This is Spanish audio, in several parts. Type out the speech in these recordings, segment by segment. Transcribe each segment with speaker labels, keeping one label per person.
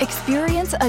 Speaker 1: Experience a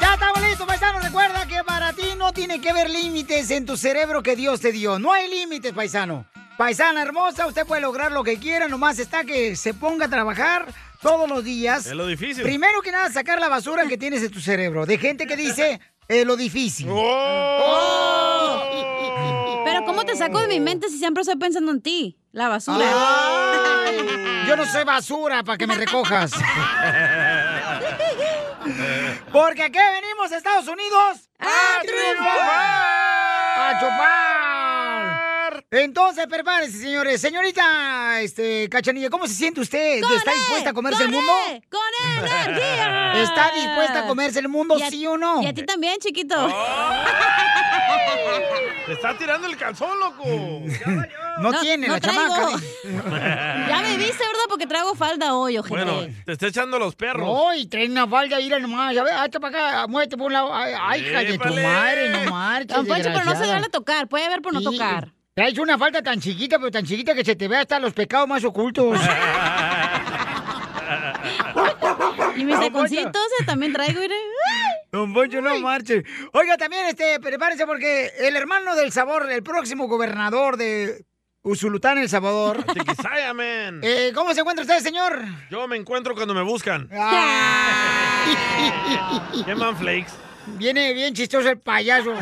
Speaker 2: Ya estamos listos, paisanos. Recuerda que para ti no tiene que haber límites en tu cerebro que Dios te dio. No hay límites, paisano. Paisana hermosa, usted puede lograr lo que quiera, nomás está que se ponga a trabajar todos los días.
Speaker 3: Es lo difícil.
Speaker 2: Primero que nada, sacar la basura que tienes en tu cerebro. De gente que dice eh, lo difícil.
Speaker 3: Oh.
Speaker 4: Pero ¿cómo te saco de mi mente si siempre estoy pensando en ti? La basura.
Speaker 2: Yo no soy basura Ah, para que me recojas. Porque aquí venimos, Estados Unidos, a triunfar. A chupar. Entonces, prepárense, señores. Señorita, este, Cachanilla, ¿cómo se siente usted?
Speaker 4: ¡Con
Speaker 2: ¿Está
Speaker 4: él!
Speaker 2: dispuesta a comerse
Speaker 4: ¡Con E.
Speaker 2: el mundo?
Speaker 4: él! ¡Con energía!
Speaker 2: ¿Está dispuesta a comerse el mundo,
Speaker 4: Y a-
Speaker 2: sí o no?
Speaker 4: Y a ti también, chiquito.
Speaker 3: Ah, Te está tirando el calzón, loco.
Speaker 2: No, tiene la
Speaker 4: traigo.
Speaker 2: chamaca.
Speaker 4: Ya me viste, ¿verdad? Porque traigo falda hoy, ojete.
Speaker 3: Bueno, te está echando los perros.
Speaker 2: Ay, trae una falda, mira nomás. Ya ve, hazte para acá, muévete por un lado. Ay, ay, hija de tu
Speaker 3: Épale.
Speaker 2: madre, no marches.
Speaker 4: Don Poncho, pero no se
Speaker 2: desgraciada.
Speaker 4: debe tocar. Puede ver por no
Speaker 2: Sí,
Speaker 4: tocar.
Speaker 2: Traes una falta tan chiquita, pero tan chiquita que se te ve hasta los pecados más ocultos.
Speaker 4: Y mis taconcitos eh, también traigo, mire.
Speaker 2: Don Poncho, no marche. Oiga, también, este, prepárense porque el hermano del sabor, el próximo gobernador de Usulután, El Salvador.
Speaker 3: Ah, Saya, man.
Speaker 2: Eh, ¿Cómo se encuentra usted, señor?
Speaker 3: Yo me encuentro cuando me buscan. Llaman Flakes.
Speaker 2: Ah. Viene bien chistoso el payaso.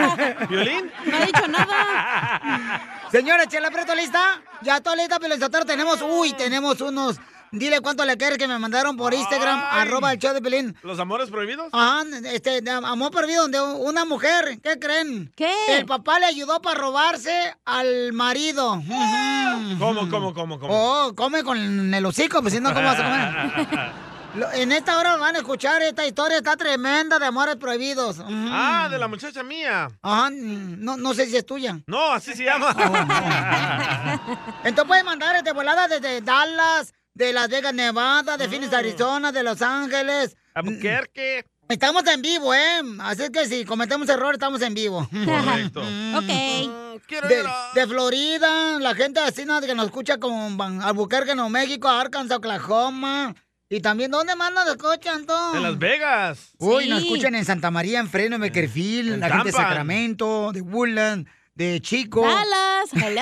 Speaker 3: ¿Violín?
Speaker 4: No ha dicho nada.
Speaker 2: Señora Chela Preto, ¿lista? Ya está lista, pero tenemos, uy, tenemos unos... Dile cuánto le quieres que me mandaron por Instagram, arroba el show de Pelín.
Speaker 3: ¿Los amores prohibidos?
Speaker 2: Ajá, este, de amor perdido, donde una mujer, ¿qué creen?
Speaker 4: ¿Qué?
Speaker 2: El papá le ayudó para robarse al marido. Ujú.
Speaker 3: ¿Cómo, cómo, cómo, cómo?
Speaker 2: Oh, come con el hocico, pues si no, ¿cómo vas a comer? Lo- en esta hora van a escuchar esta historia, está tremenda de amores prohibidos. Ujú.
Speaker 3: Ah, de la muchacha mía.
Speaker 2: Ajá, no, no sé si es tuya.
Speaker 3: No, así se llama.
Speaker 2: Entonces puedes mandar este volada desde Dallas, de Las Vegas, Nevada, de
Speaker 3: Mm.
Speaker 2: Phoenix, Arizona, de Los Ángeles.
Speaker 3: Albuquerque.
Speaker 2: Estamos en vivo, ¿eh? Así que si cometemos error, estamos en vivo. Mm.
Speaker 3: Correcto.
Speaker 4: Ok.
Speaker 3: Quiero
Speaker 2: De,
Speaker 3: llorar.
Speaker 2: de Florida, la gente así ¿no? que nos escucha como Van- Albuquerque, Nuevo México, Arkansas, Oklahoma. Y también, ¿dónde más nos escuchan, Tom?
Speaker 3: En Las Vegas.
Speaker 2: Uy,
Speaker 4: Sí.
Speaker 2: nos escuchan en Santa María, en Fresno, en Beckerfield,
Speaker 3: en
Speaker 2: la gente de
Speaker 3: Tampa.
Speaker 2: Sacramento, de Woodland, de Chico.
Speaker 4: Dallas,
Speaker 3: Eh,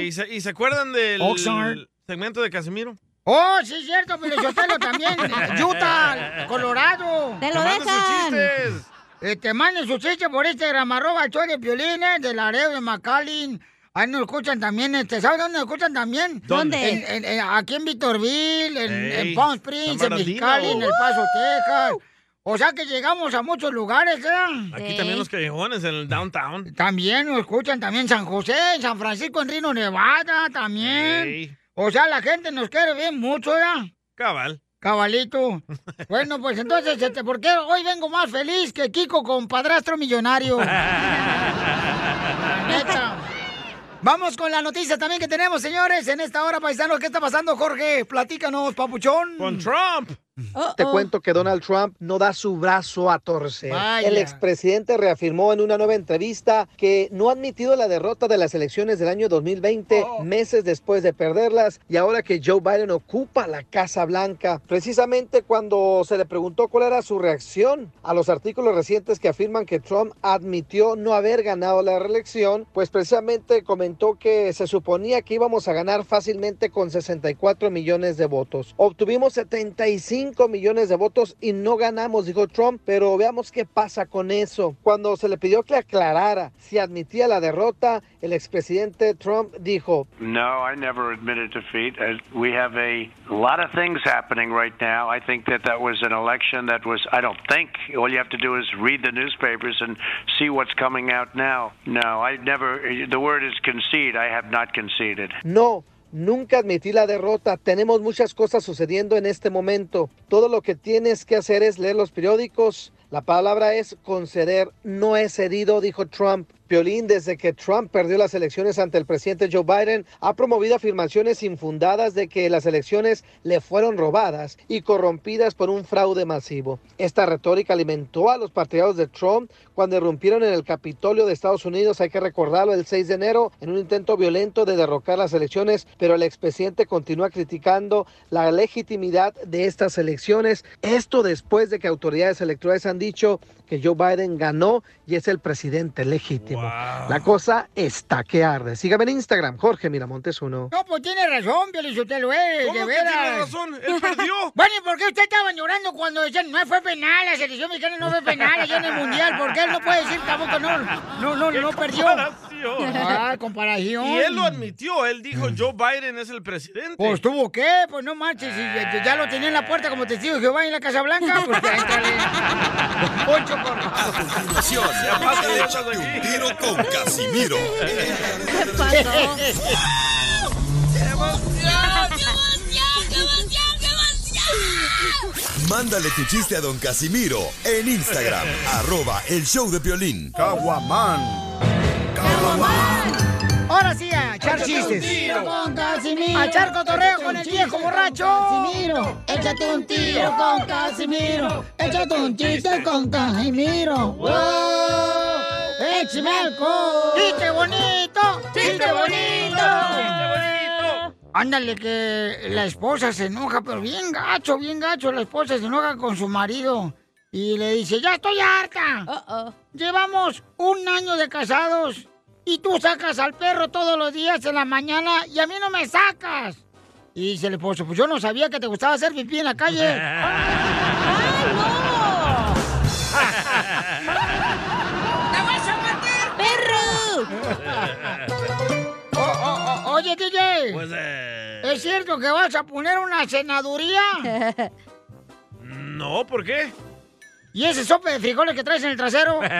Speaker 4: hello.
Speaker 3: ¿y, se, y se acuerdan del
Speaker 2: Oxnard.
Speaker 3: segmento de Casimiro?
Speaker 2: Oh, sí, cierto, Piolichotelo también. Utah, Colorado.
Speaker 4: Te lo
Speaker 3: ¡Me mandan sus
Speaker 4: dejan.
Speaker 3: chistes!
Speaker 2: Eh, te manden su chiste por Instagram, arroba el show de Piolines, de Laredo, de McAllen. Ahí nos escuchan también, este, ¿sabes dónde nos escuchan también?
Speaker 4: ¿Dónde?
Speaker 2: En- en- en- aquí en Victorville, en,
Speaker 3: Ey,
Speaker 2: en Palm Springs,
Speaker 3: San
Speaker 2: en
Speaker 3: Bernardino. Uh-huh.
Speaker 2: Mexicali, en El Paso, Texas. O sea que llegamos a muchos lugares, ¿eh?
Speaker 3: Aquí
Speaker 4: Sí.
Speaker 3: también los callejones, en el downtown.
Speaker 2: También nos escuchan también San José, San Francisco, en Reno, Nevada, también.
Speaker 3: Ey,
Speaker 2: O sea, la gente nos quiere bien mucho, ¿eh?
Speaker 3: cabal.
Speaker 2: Cabalito. Bueno, pues entonces, este, ¿por qué hoy vengo más feliz que Kiko con padrastro millonario? La neta. Vamos con la noticia también que tenemos, señores, en esta hora, paisanos. ¿Qué está pasando, Jorge? Platícanos, papuchón.
Speaker 3: Con Trump.
Speaker 5: Te cuento que Donald Trump no da su brazo a torcer.
Speaker 2: Vaya.
Speaker 5: El expresidente reafirmó en una nueva entrevista que no ha admitido la derrota de las elecciones del año 2020, meses después de perderlas, y ahora que Joe Biden ocupa la Casa Blanca. Precisamente cuando se le preguntó cuál era su reacción a los artículos recientes que afirman que Trump admitió no haber ganado la reelección, pues precisamente comentó que se suponía que íbamos a ganar fácilmente con 64 millones de votos. Obtuvimos 75 millones de votos y no ganamos, dijo Trump, pero veamos qué pasa con eso. Cuando se le pidió que aclarara si admitía la derrota, el expresidente Trump dijo,
Speaker 1: No, I never admitted defeat. Uh, We have a lot of things happening right now. I think that that was an election that was, I don't think, all you have to do is read the newspapers and see what's coming out now. No, I never, the word is concede. I have not conceded.
Speaker 5: No, nunca admití la derrota. Tenemos muchas cosas sucediendo en este momento. Todo lo que tienes que hacer es leer los periódicos. La palabra es conceder, no he cedido, dijo Trump. Piolín, desde que Trump perdió las elecciones ante el presidente Joe Biden, ha promovido afirmaciones infundadas de que las elecciones le fueron robadas y corrompidas por un fraude masivo. Esta retórica alimentó a los partidarios de Trump cuando irrumpieron en el Capitolio de Estados Unidos, hay que recordarlo, el 6 de enero, en un intento violento de derrocar las elecciones, pero el expresidente continúa criticando la legitimidad de estas elecciones. Esto después de que autoridades electorales han dicho que Joe Biden ganó y es el presidente legítimo. La cosa está que arde. Sígame en Instagram, Jorge Miramontes 1.
Speaker 2: No, pues tiene razón, Piolichotelo, eh,
Speaker 3: ¿Cómo
Speaker 2: de
Speaker 3: que
Speaker 2: veras.
Speaker 3: tiene razón? Él perdió.
Speaker 2: Bueno, ¿y por qué usted estaban llorando cuando decían no fue penal, la selección mexicana no fue penal allá en el mundial? ¿Por qué él no puede decir tampoco no, no, no, no perdió?
Speaker 3: comparación.
Speaker 2: Ah, comparación.
Speaker 3: Y él lo admitió. Él dijo, Joe Biden es el presidente.
Speaker 2: Pues tuvo qué, pues no marches, y ya, ya lo tenía en la puerta como testigo de Jehová en la Casa Blanca, pues éntrale. Poncho Corral.
Speaker 6: continuación, échate un tiro con Casimiro. Mándale tu chiste a don Casimiro en Instagram, arroba el show de violín.
Speaker 2: Ahora sí, a echar chistes.
Speaker 7: tiro con Casimiro.
Speaker 2: A echar cotorreo con el viejo borracho.
Speaker 7: Casimiro, échate un tiro con Casimiro. Échate un chiste con Casimiro. ¡Wow! ¡Échame alcohol!
Speaker 2: ¡Chiste bonito! ¡Chiste bonito!
Speaker 3: Está bonito.
Speaker 2: Ándale, que la esposa se enoja, pero bien gacho, bien gacho. La esposa se enoja con su marido y le dice, ya estoy harta. Llevamos un año de casados y tú sacas al perro todos los días en la mañana y a mí no me sacas. Y dice el esposo, pues yo no sabía que te gustaba hacer pipí en la calle.
Speaker 4: ¡Perro!
Speaker 2: O- o- o- oye, DJ,
Speaker 3: Pues, eh,
Speaker 2: ¿es cierto que vas a poner una cenaduría?
Speaker 3: no, ¿por qué?
Speaker 2: ¿Y ese sope de frijoles que traes en el trasero?
Speaker 4: Es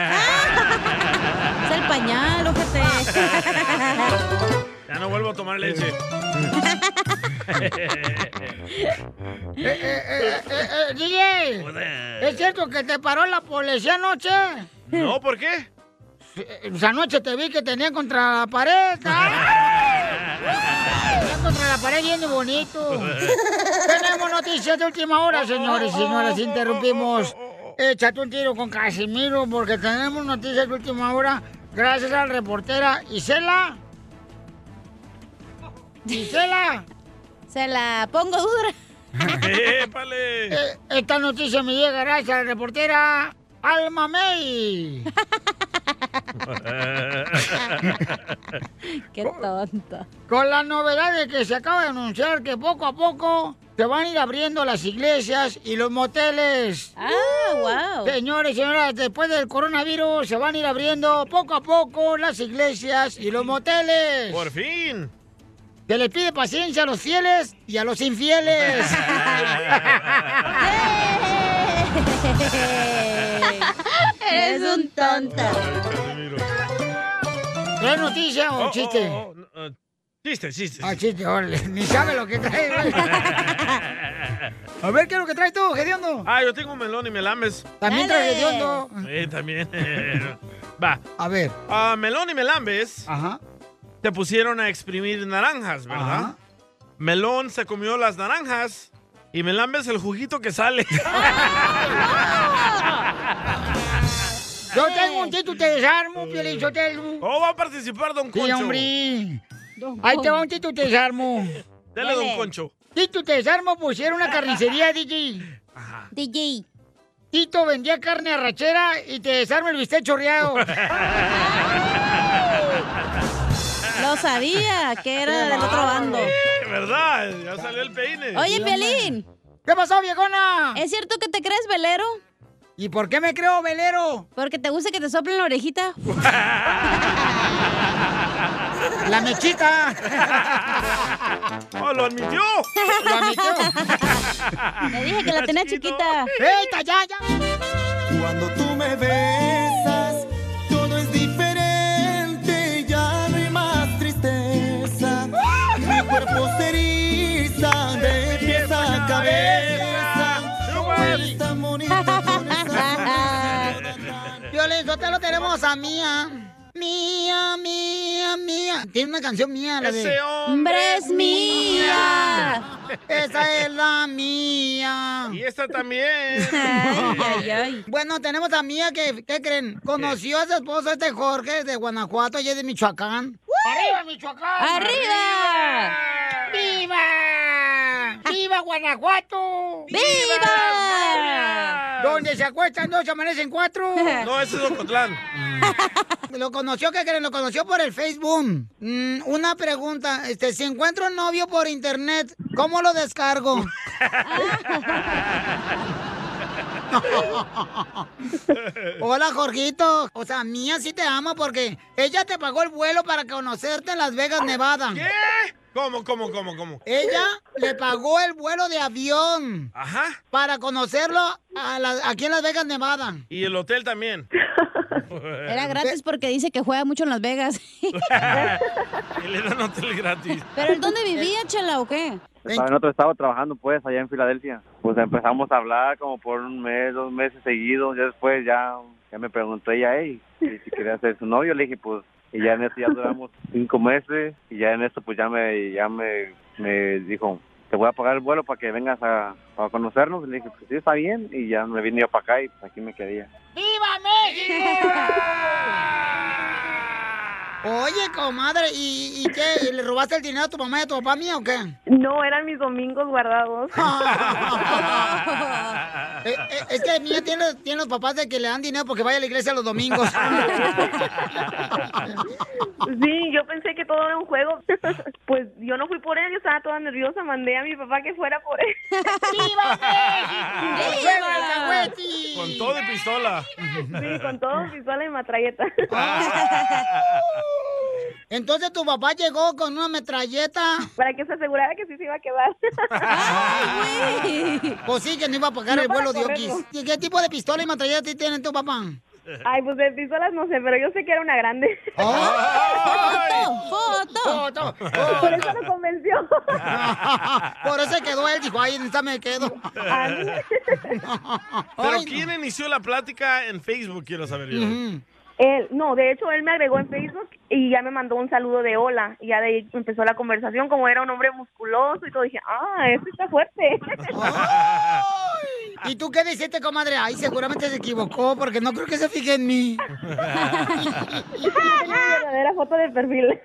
Speaker 4: el pañal, ojete.
Speaker 3: Ya no vuelvo a tomar leche.
Speaker 2: Eh, eh, eh, eh, eh, DJ.
Speaker 3: Pues, eh,
Speaker 2: ¿Es cierto que te paró la policía anoche?
Speaker 3: no, ¿por qué?
Speaker 2: Eh, Pues anoche te vi que tenía contra la pared. ¡Ah! Tenía contra la pared bien bonito. Tenemos noticias de última
Speaker 3: Oh,
Speaker 2: hora, señores y señoras. Interrumpimos. Échate un tiro con Casimiro porque tenemos noticias de última hora. Gracias a la reportera Isela. Isela,
Speaker 4: Se la pongo dura.
Speaker 3: ¡Épale!
Speaker 2: eh, esta noticia me llega gracias a la reportera Alma May.
Speaker 4: Qué tonta.
Speaker 2: Con la novedad de que se acaba de anunciar que poco a poco se van a ir abriendo las iglesias y los moteles.
Speaker 4: Ah, wow.
Speaker 2: Señores y señoras, después del coronavirus se van a ir abriendo poco a poco las iglesias y los moteles.
Speaker 3: Por fin.
Speaker 2: Se les pide paciencia a los fieles y a los infieles.
Speaker 4: Eres un tonta.
Speaker 2: ¿Trae noticia o
Speaker 3: Oh,
Speaker 2: chiste?
Speaker 3: oh, oh, no, eh, chiste, chiste.
Speaker 2: Ah, chiste, órale. Ni sabe lo que trae. güey. A ver, ¿qué es lo que traes tú, Gediondo?
Speaker 3: Ah, yo tengo un melón y me lames.
Speaker 2: También trae
Speaker 4: Dale.
Speaker 2: Gediondo.
Speaker 3: Eh, también. Va.
Speaker 2: A ver.
Speaker 3: Ah, melón y melambes
Speaker 2: Ajá.
Speaker 3: te pusieron a exprimir naranjas, ¿verdad?
Speaker 2: Ajá.
Speaker 3: Melón se comió las naranjas Y me lambes el juguito que sale.
Speaker 2: Yo tengo un título, te desarmo, Piolín, yo te...
Speaker 3: ¿Cómo Eh. Oh, va a participar Don
Speaker 2: Sí,
Speaker 3: Concho?
Speaker 2: hombre. Ahí te va un título, te desarmo.
Speaker 3: Dale, Don Concho.
Speaker 2: Tito te desarmo pusieron una carnicería, DJ. DJ. Tito vendía carne arrachera y te desarmo el bistec chorreado.
Speaker 4: Lo sabía, que era del otro bando.
Speaker 3: Sí, ¿Verdad? Ya salió el peine.
Speaker 4: Oye, Pelín.
Speaker 2: ¿Qué pasó, viejona?
Speaker 4: ¿Es cierto que te crees velero?
Speaker 2: ¿Y por qué me creo velero?
Speaker 4: Porque te gusta que te soplen la orejita.
Speaker 2: La mechita.
Speaker 3: ¡Oh, lo admitió!
Speaker 2: Lo admitió.
Speaker 4: Le dije que la tenía chiquita.
Speaker 2: ¡Eita, ya, ya!
Speaker 8: Cuando tú me besas, todo es diferente, ya no hay más tristeza. Mi cuerpo se eriza de pies a cabeza. Eres tan bonita con esa
Speaker 2: Violín, lo tenemos a Mía. Mía, mía, mía. Tiene una canción mía, la de...
Speaker 7: Ese hombre es mía.
Speaker 2: Esa es la mía.
Speaker 3: Y esta también.
Speaker 2: Bueno, tenemos a Mía que, ¿qué creen? Conoció a su esposo este Jorge de Guanajuato, ella es de Michoacán. ¡Arriba, Michoacán!
Speaker 7: ¡Arriba!
Speaker 2: ¡Viva! ¡Viva Guanajuato! ¡Viva! Donde se acuestan dos, se amanecen cuatro. Mm.
Speaker 3: No, ese es Don Cotlán.
Speaker 2: Lo conoció, ¿qué creen? Lo conoció por el Facebook. Mm, una pregunta, este, si encuentro un novio por internet, ¿cómo lo descargo? Hola, Jorgito. O sea, Mía sí te ama porque ella te pagó el vuelo para conocerte en Las Vegas, Nevada.
Speaker 3: ¿Qué? ¿Cómo, cómo, cómo, cómo?
Speaker 2: Ella le pagó el vuelo de avión.
Speaker 3: Ajá.
Speaker 2: Para conocerlo a la- aquí en Las Vegas, Nevada.
Speaker 3: Y el hotel también.
Speaker 4: Era gratis porque dice que juega mucho en Las Vegas.
Speaker 3: Y le dan hotel gratis.
Speaker 4: ¿Pero él dónde vivía, chela, o qué?
Speaker 9: Estaba en otro estado trabajando, pues, allá en Filadelfia. Pues empezamos a hablar como por un mes, dos meses seguidos. Ya después ya, ya me preguntó ella, hey, que si quería ser su novio. Le dije, pues, y ya en eso ya duramos cinco meses. Y ya en eso, pues, ya me, ya me, me dijo, te voy a pagar el vuelo para que vengas a, a conocernos. Le dije, pues, sí, está bien. Y ya me vine yo para acá y pues, aquí me quedé.
Speaker 2: ¡Viva México! Oye, comadre, ¿y, y qué? ¿Y ¿Le robaste el dinero a tu mamá y a tu papá mía o qué?
Speaker 10: No, eran mis domingos guardados.
Speaker 2: Eh, eh, es que mía tiene, tiene los papás de que le dan dinero porque vaya a la iglesia los domingos.
Speaker 10: Sí, yo pensé que todo era un juego. Pues yo no fui por él, yo estaba toda nerviosa, mandé a mi papá que fuera por él.
Speaker 3: Con todo y pistola.
Speaker 10: Sí, con todo, pistola y matralleta.
Speaker 3: Ah.
Speaker 2: Entonces tu papá llegó con una metralleta.
Speaker 10: Para que se asegurara que sí se iba a quedar.
Speaker 2: Pues sí, que no iba a pagar
Speaker 10: No
Speaker 2: el
Speaker 10: para
Speaker 2: vuelo de
Speaker 10: correrlo.
Speaker 2: Oquis. ¿Y qué tipo de pistola y metralleta tiene tu papá?
Speaker 10: Ay, pues de pistolas no sé, pero yo sé que era una grande.
Speaker 2: ¡Foto!
Speaker 10: Por eso lo convenció.
Speaker 2: Por eso se quedó él, dijo, ahí está me quedo.
Speaker 3: Pero ¿quién inició la plática en Facebook? Quiero saber yo.
Speaker 10: Él, no, de hecho él me agregó en Facebook y ya me mandó un saludo de hola y ya de ahí empezó la conversación como era un hombre musculoso y todo dije, ah, este está fuerte.
Speaker 2: ¿Y tú qué dijiste, comadre? Ay, seguramente se equivocó porque no creo que se fije en mí.
Speaker 10: verdadera foto de perfil.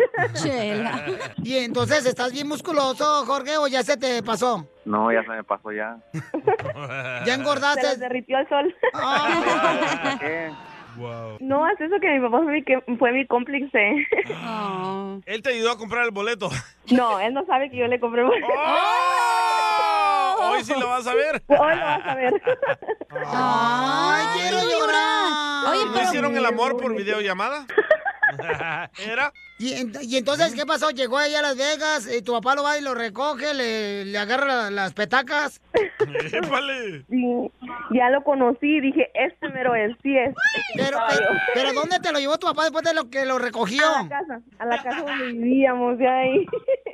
Speaker 2: Y entonces, ¿estás bien musculoso, Jorge, o ya se te pasó?
Speaker 9: No, ya se me pasó ya.
Speaker 2: ¿Ya engordaste? Ah,
Speaker 10: Se les derritió el sol.
Speaker 9: ¿Qué?
Speaker 10: No, es eso que mi papá fue mi, que- fue mi cómplice.
Speaker 3: Oh. Él te ayudó a comprar el boleto.
Speaker 10: No, él no sabe que yo le compré.
Speaker 3: ¡Oh! Hoy sí lo vas a ver.
Speaker 10: Hoy lo vas a ver.
Speaker 2: Ay, quiero llorar.
Speaker 3: ¿No hicieron el amor por videollamada? ¿Era?
Speaker 2: ¿Y, ent- y entonces qué pasó? Llegó ahí a Las Vegas, eh, tu papá lo va y lo recoge, le, le agarra las petacas.
Speaker 10: Y ya lo conocí y dije, este mero es, sí es.
Speaker 2: Pero, pero, pero ¿dónde te lo llevó tu papá después de lo que lo recogió?
Speaker 10: A la Ah, casa, a la casa donde vivíamos, ya ahí.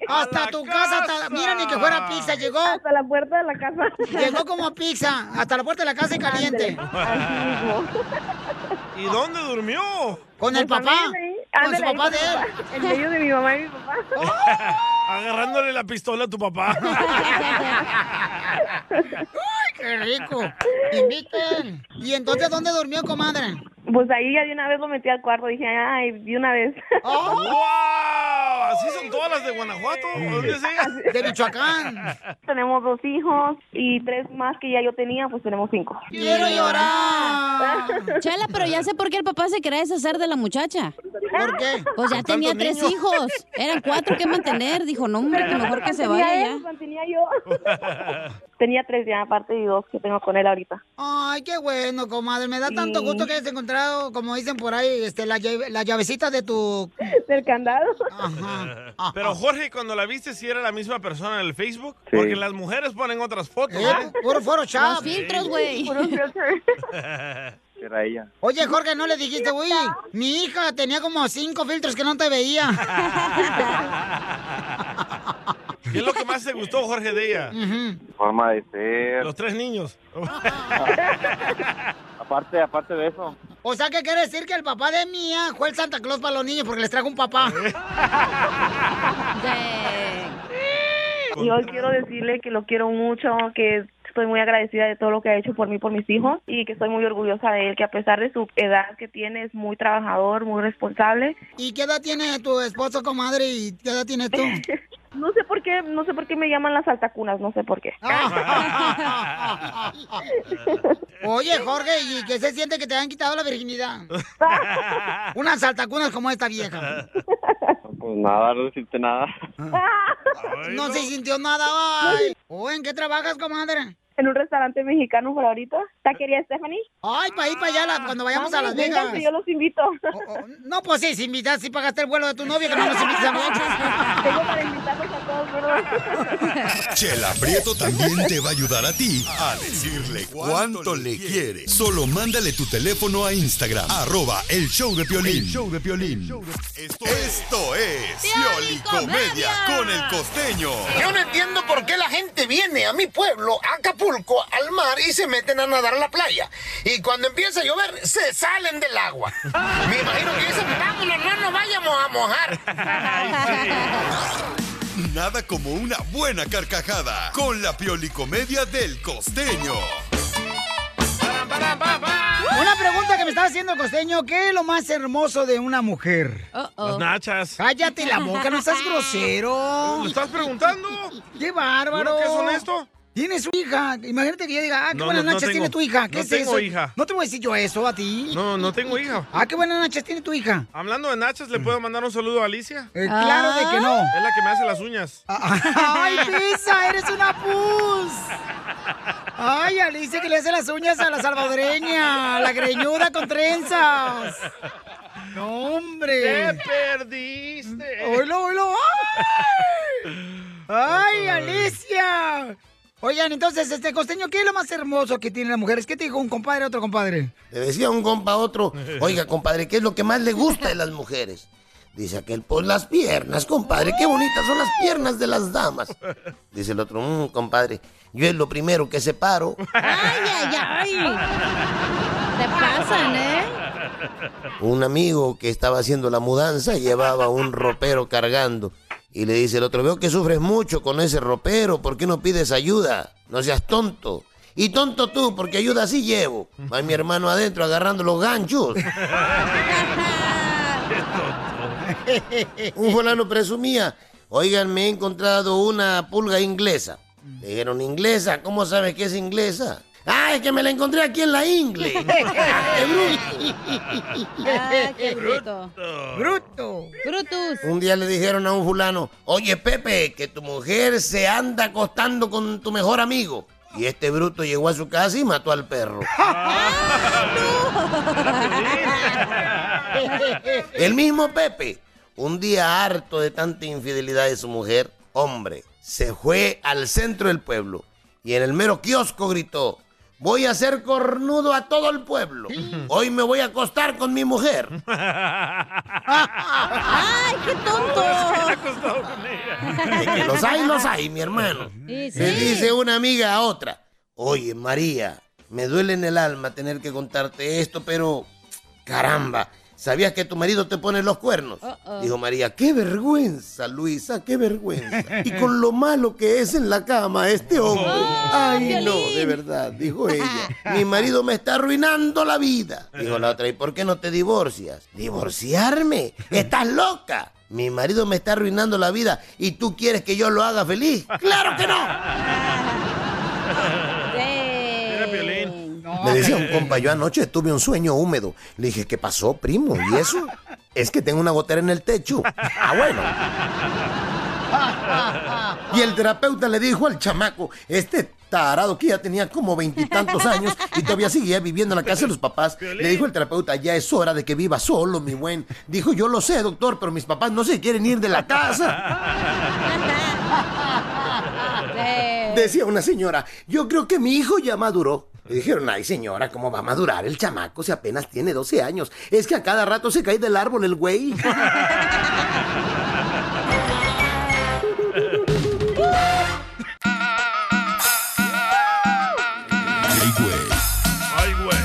Speaker 2: Hasta tu casa, hasta- mira ni que fuera pizza, llegó.
Speaker 10: Hasta la puerta de la casa.
Speaker 2: Llegó como pizza, hasta la puerta de la casa y caliente.
Speaker 3: ¿Y dónde durmió?
Speaker 2: ¿Con el papá?
Speaker 10: Ándale,
Speaker 11: su
Speaker 10: ahí
Speaker 11: papá
Speaker 10: con
Speaker 11: de
Speaker 10: mi
Speaker 11: él.
Speaker 10: papá, En medio de mi mamá y mi papá.
Speaker 9: ¡Oh!
Speaker 3: Agarrándole la pistola a tu papá.
Speaker 2: ¡Ay, qué rico! Inviten. ¿Y entonces dónde durmió, comadre?
Speaker 10: Pues ahí ya de una vez lo metí al cuarto. Dije, ay, de una vez.
Speaker 2: ¡Oh!
Speaker 3: ¡Wow! Ah, Así son todas las de Guanajuato.
Speaker 9: Mm.
Speaker 3: ¿Dónde sea?
Speaker 2: De Michoacán.
Speaker 10: Tenemos dos hijos y tres más que ya yo tenía, pues tenemos cinco.
Speaker 4: ¡Quiero Ah, Chela, pero ya sé por qué el papá se quería deshacer de la muchacha.
Speaker 2: ¿Por qué?
Speaker 4: Pues ya tenía tres hijos. Eran cuatro que mantener. Dijo, no, hombre, que mejor que se vaya ya.
Speaker 10: Tenía yo. Tenía tres ya, aparte y dos que tengo con él ahorita.
Speaker 2: Ay, qué bueno, comadre. Me da tanto gusto que hayas encontrado, como dicen por ahí, este, la, llave- la llavecita de tu... Ah,
Speaker 10: Del candado.
Speaker 3: Pero Jorge, cuando la viste, si era la misma persona en el Facebook,
Speaker 9: Sí.
Speaker 3: porque las mujeres ponen otras fotos.
Speaker 2: Eh,
Speaker 3: ¿eh?
Speaker 2: puro Photoshop.
Speaker 3: Los filtros,
Speaker 10: Ah. güey.
Speaker 3: ¿eh?
Speaker 9: Era ella.
Speaker 2: Oye, Jorge, ¿no le dijiste, güey? Mi hija tenía como cinco filtros que no te veía.
Speaker 3: ¿Qué es lo que más te gustó, Jorge, de ella?
Speaker 2: Mm.
Speaker 9: Forma de ser.
Speaker 3: Los tres niños.
Speaker 9: Aparte, aparte de eso.
Speaker 2: o sea, ¿qué quiere decir que el papá de mía fue el Santa Claus para los niños porque les trajo un papá?
Speaker 10: Y hoy quiero decirle que lo quiero mucho, que estoy muy agradecida de todo lo que ha hecho por mí, por mis hijos, y que estoy muy orgullosa de él, que a pesar de su edad que tiene, es muy trabajador, muy responsable.
Speaker 2: ¿Y qué edad tiene tu esposo, comadre? ¿Y qué edad tienes tú?
Speaker 10: No sé por qué, no sé por qué me llaman las altacunas, no sé por qué.
Speaker 2: Oye, Jorge, ¿y qué se siente que te han quitado la virginidad? Unas saltacunas como esta vieja.
Speaker 9: Pues nada, no hiciste nada.
Speaker 2: No se sintió nada. Ah. Ay. Oh, ¿En qué trabajas, comadre?
Speaker 10: En un restaurante mexicano por ahorita. ¿Taquería Stephanie?
Speaker 2: Ay, para ir para allá la- cuando vayamos a Las
Speaker 10: Mami,
Speaker 2: Vegas.
Speaker 10: vénganse, yo los invito.
Speaker 2: No, pues sí, si invitas, si pagaste el vuelo de tu novia, que no nos invitas a nosotros.
Speaker 10: Tengo para invitarlos Pues a todos, ¿verdad?
Speaker 6: Chela Prieto también te va a ayudar a ti a decirle cuánto le quiere. Solo mándale tu teléfono a Instagram, arroba el show de Piolín.
Speaker 12: El
Speaker 6: de Esto es Pioli Comedia con el costeño.
Speaker 13: Yo no entiendo por qué la gente viene a mi pueblo, a Acapulco, al mar y se meten a nadar a la playa. Y cuando empieza a llover, se salen del agua. Me imagino que dicen, vámonos, no nos vayamos a mojar.
Speaker 6: Nada como una buena carcajada con la Pioli Comedia del costeño.
Speaker 2: Una pregunta que me estaba haciendo el costeño, ¿qué es lo más hermoso de una mujer?
Speaker 3: Las nachas.
Speaker 2: Cállate la boca, no seas grosero.
Speaker 3: ¿Lo estás preguntando?
Speaker 2: ¡Qué bárbaro!
Speaker 3: ¿Uno que es honesto?
Speaker 2: Tienes una hija. Imagínate que yo diga, ah, qué
Speaker 3: No,
Speaker 2: buenas
Speaker 3: no, no
Speaker 2: noches
Speaker 3: tengo.
Speaker 2: tiene tu hija. ¿Qué
Speaker 3: No
Speaker 2: es
Speaker 3: tengo
Speaker 2: eso?
Speaker 3: hija.
Speaker 2: No te voy a decir yo eso a ti.
Speaker 3: No, no tengo hija.
Speaker 2: Ah, qué buenas noches tiene tu hija.
Speaker 3: Hablando de nachas, ¿le puedo mandar un saludo a Alicia?
Speaker 2: Mm. Eh, claro de que no. Ah,
Speaker 3: Es la que me hace las uñas.
Speaker 2: ¡Ay, Pisa! ¡Eres una pus! ¡Ay, Alicia, que le hace las uñas a la salvadoreña! a ¡La greñuda con trenzas! ¡No, hombre!
Speaker 3: ¡Te perdiste!
Speaker 2: ¡Oilo, oilo! ¡Ay! ¡Ay, Alicia! Oigan, entonces, este costeño, ¿qué es lo más hermoso que tiene la mujer? ¿Es que te dijo un compadre a otro compadre?
Speaker 13: Le decía un compa a otro, oiga, compadre, ¿qué es lo que más le gusta de las mujeres? Dice aquel, pues las piernas, compadre, qué bonitas son las piernas de las damas. Dice el otro, "Mm, compadre, yo es lo primero que separo.
Speaker 4: Ay, ay, Te pasan, ¿eh?
Speaker 13: Un amigo que estaba haciendo la mudanza llevaba un ropero cargando. Y le dice el otro, veo que sufres mucho con ese ropero, ¿por qué no pides ayuda? No seas tonto. Y tonto tú, porque ayuda sí llevo. Va mi hermano adentro agarrando los ganchos. Un fulano presumía, oigan, me he encontrado una pulga inglesa. Le dijeron, inglesa, ¿cómo sabes que es inglesa? Ah, es que me la encontré aquí en la Ingle.
Speaker 4: Ah, qué bruto.
Speaker 2: Bruto.
Speaker 4: Brutus.
Speaker 13: Un día le dijeron a un fulano, oye Pepe, que tu mujer se anda acostando con tu mejor amigo. Y este bruto llegó a su casa y mató al perro. El mismo Pepe, un día harto de tanta infidelidad de su mujer, hombre, se fue al centro del pueblo y en el mero kiosco gritó, voy a ser cornudo a todo el pueblo. Hoy me voy a acostar con mi mujer.
Speaker 4: ¡Ay, qué tonto!
Speaker 13: De que los hay, los hay, mi hermano.
Speaker 4: Sí, sí.
Speaker 13: Le dice una amiga a otra, oye María, me duele en el alma tener que contarte esto, pero caramba, ¿Sabías que tu marido te pone los cuernos? Dijo María, qué vergüenza, Luisa, qué vergüenza. Y con lo malo que es en la cama este hombre. Ay, no, de verdad, dijo ella. Mi marido me está arruinando la vida. Dijo la otra, ¿y por qué no te divorcias? ¿Divorciarme? ¿Estás loca? Mi marido me está arruinando la vida y tú quieres que yo lo haga feliz. ¡Claro que no!
Speaker 3: Mira, Piolín. Eh,
Speaker 13: Me decía un compa, yo anoche tuve un sueño húmedo. Le dije, ¿qué pasó, primo? ¿Y eso? Es que tengo una gotera en el techo. Ah, bueno. Y el terapeuta le dijo al chamaco, este tarado que ya tenía como veintitantos años y todavía seguía viviendo en la casa de los papás, le dijo el terapeuta, ya es hora de que viva solo, mi buen. Dijo, yo lo sé, doctor, pero mis papás no se quieren ir de la casa. Decía una señora, yo creo que mi hijo ya maduró. Le dijeron, ay señora, ¿cómo va a madurar el chamaco si apenas tiene 12 años? Es que a cada rato se cae del árbol el güey.
Speaker 10: Ah,
Speaker 6: Ay, güey.
Speaker 3: Ay, güey.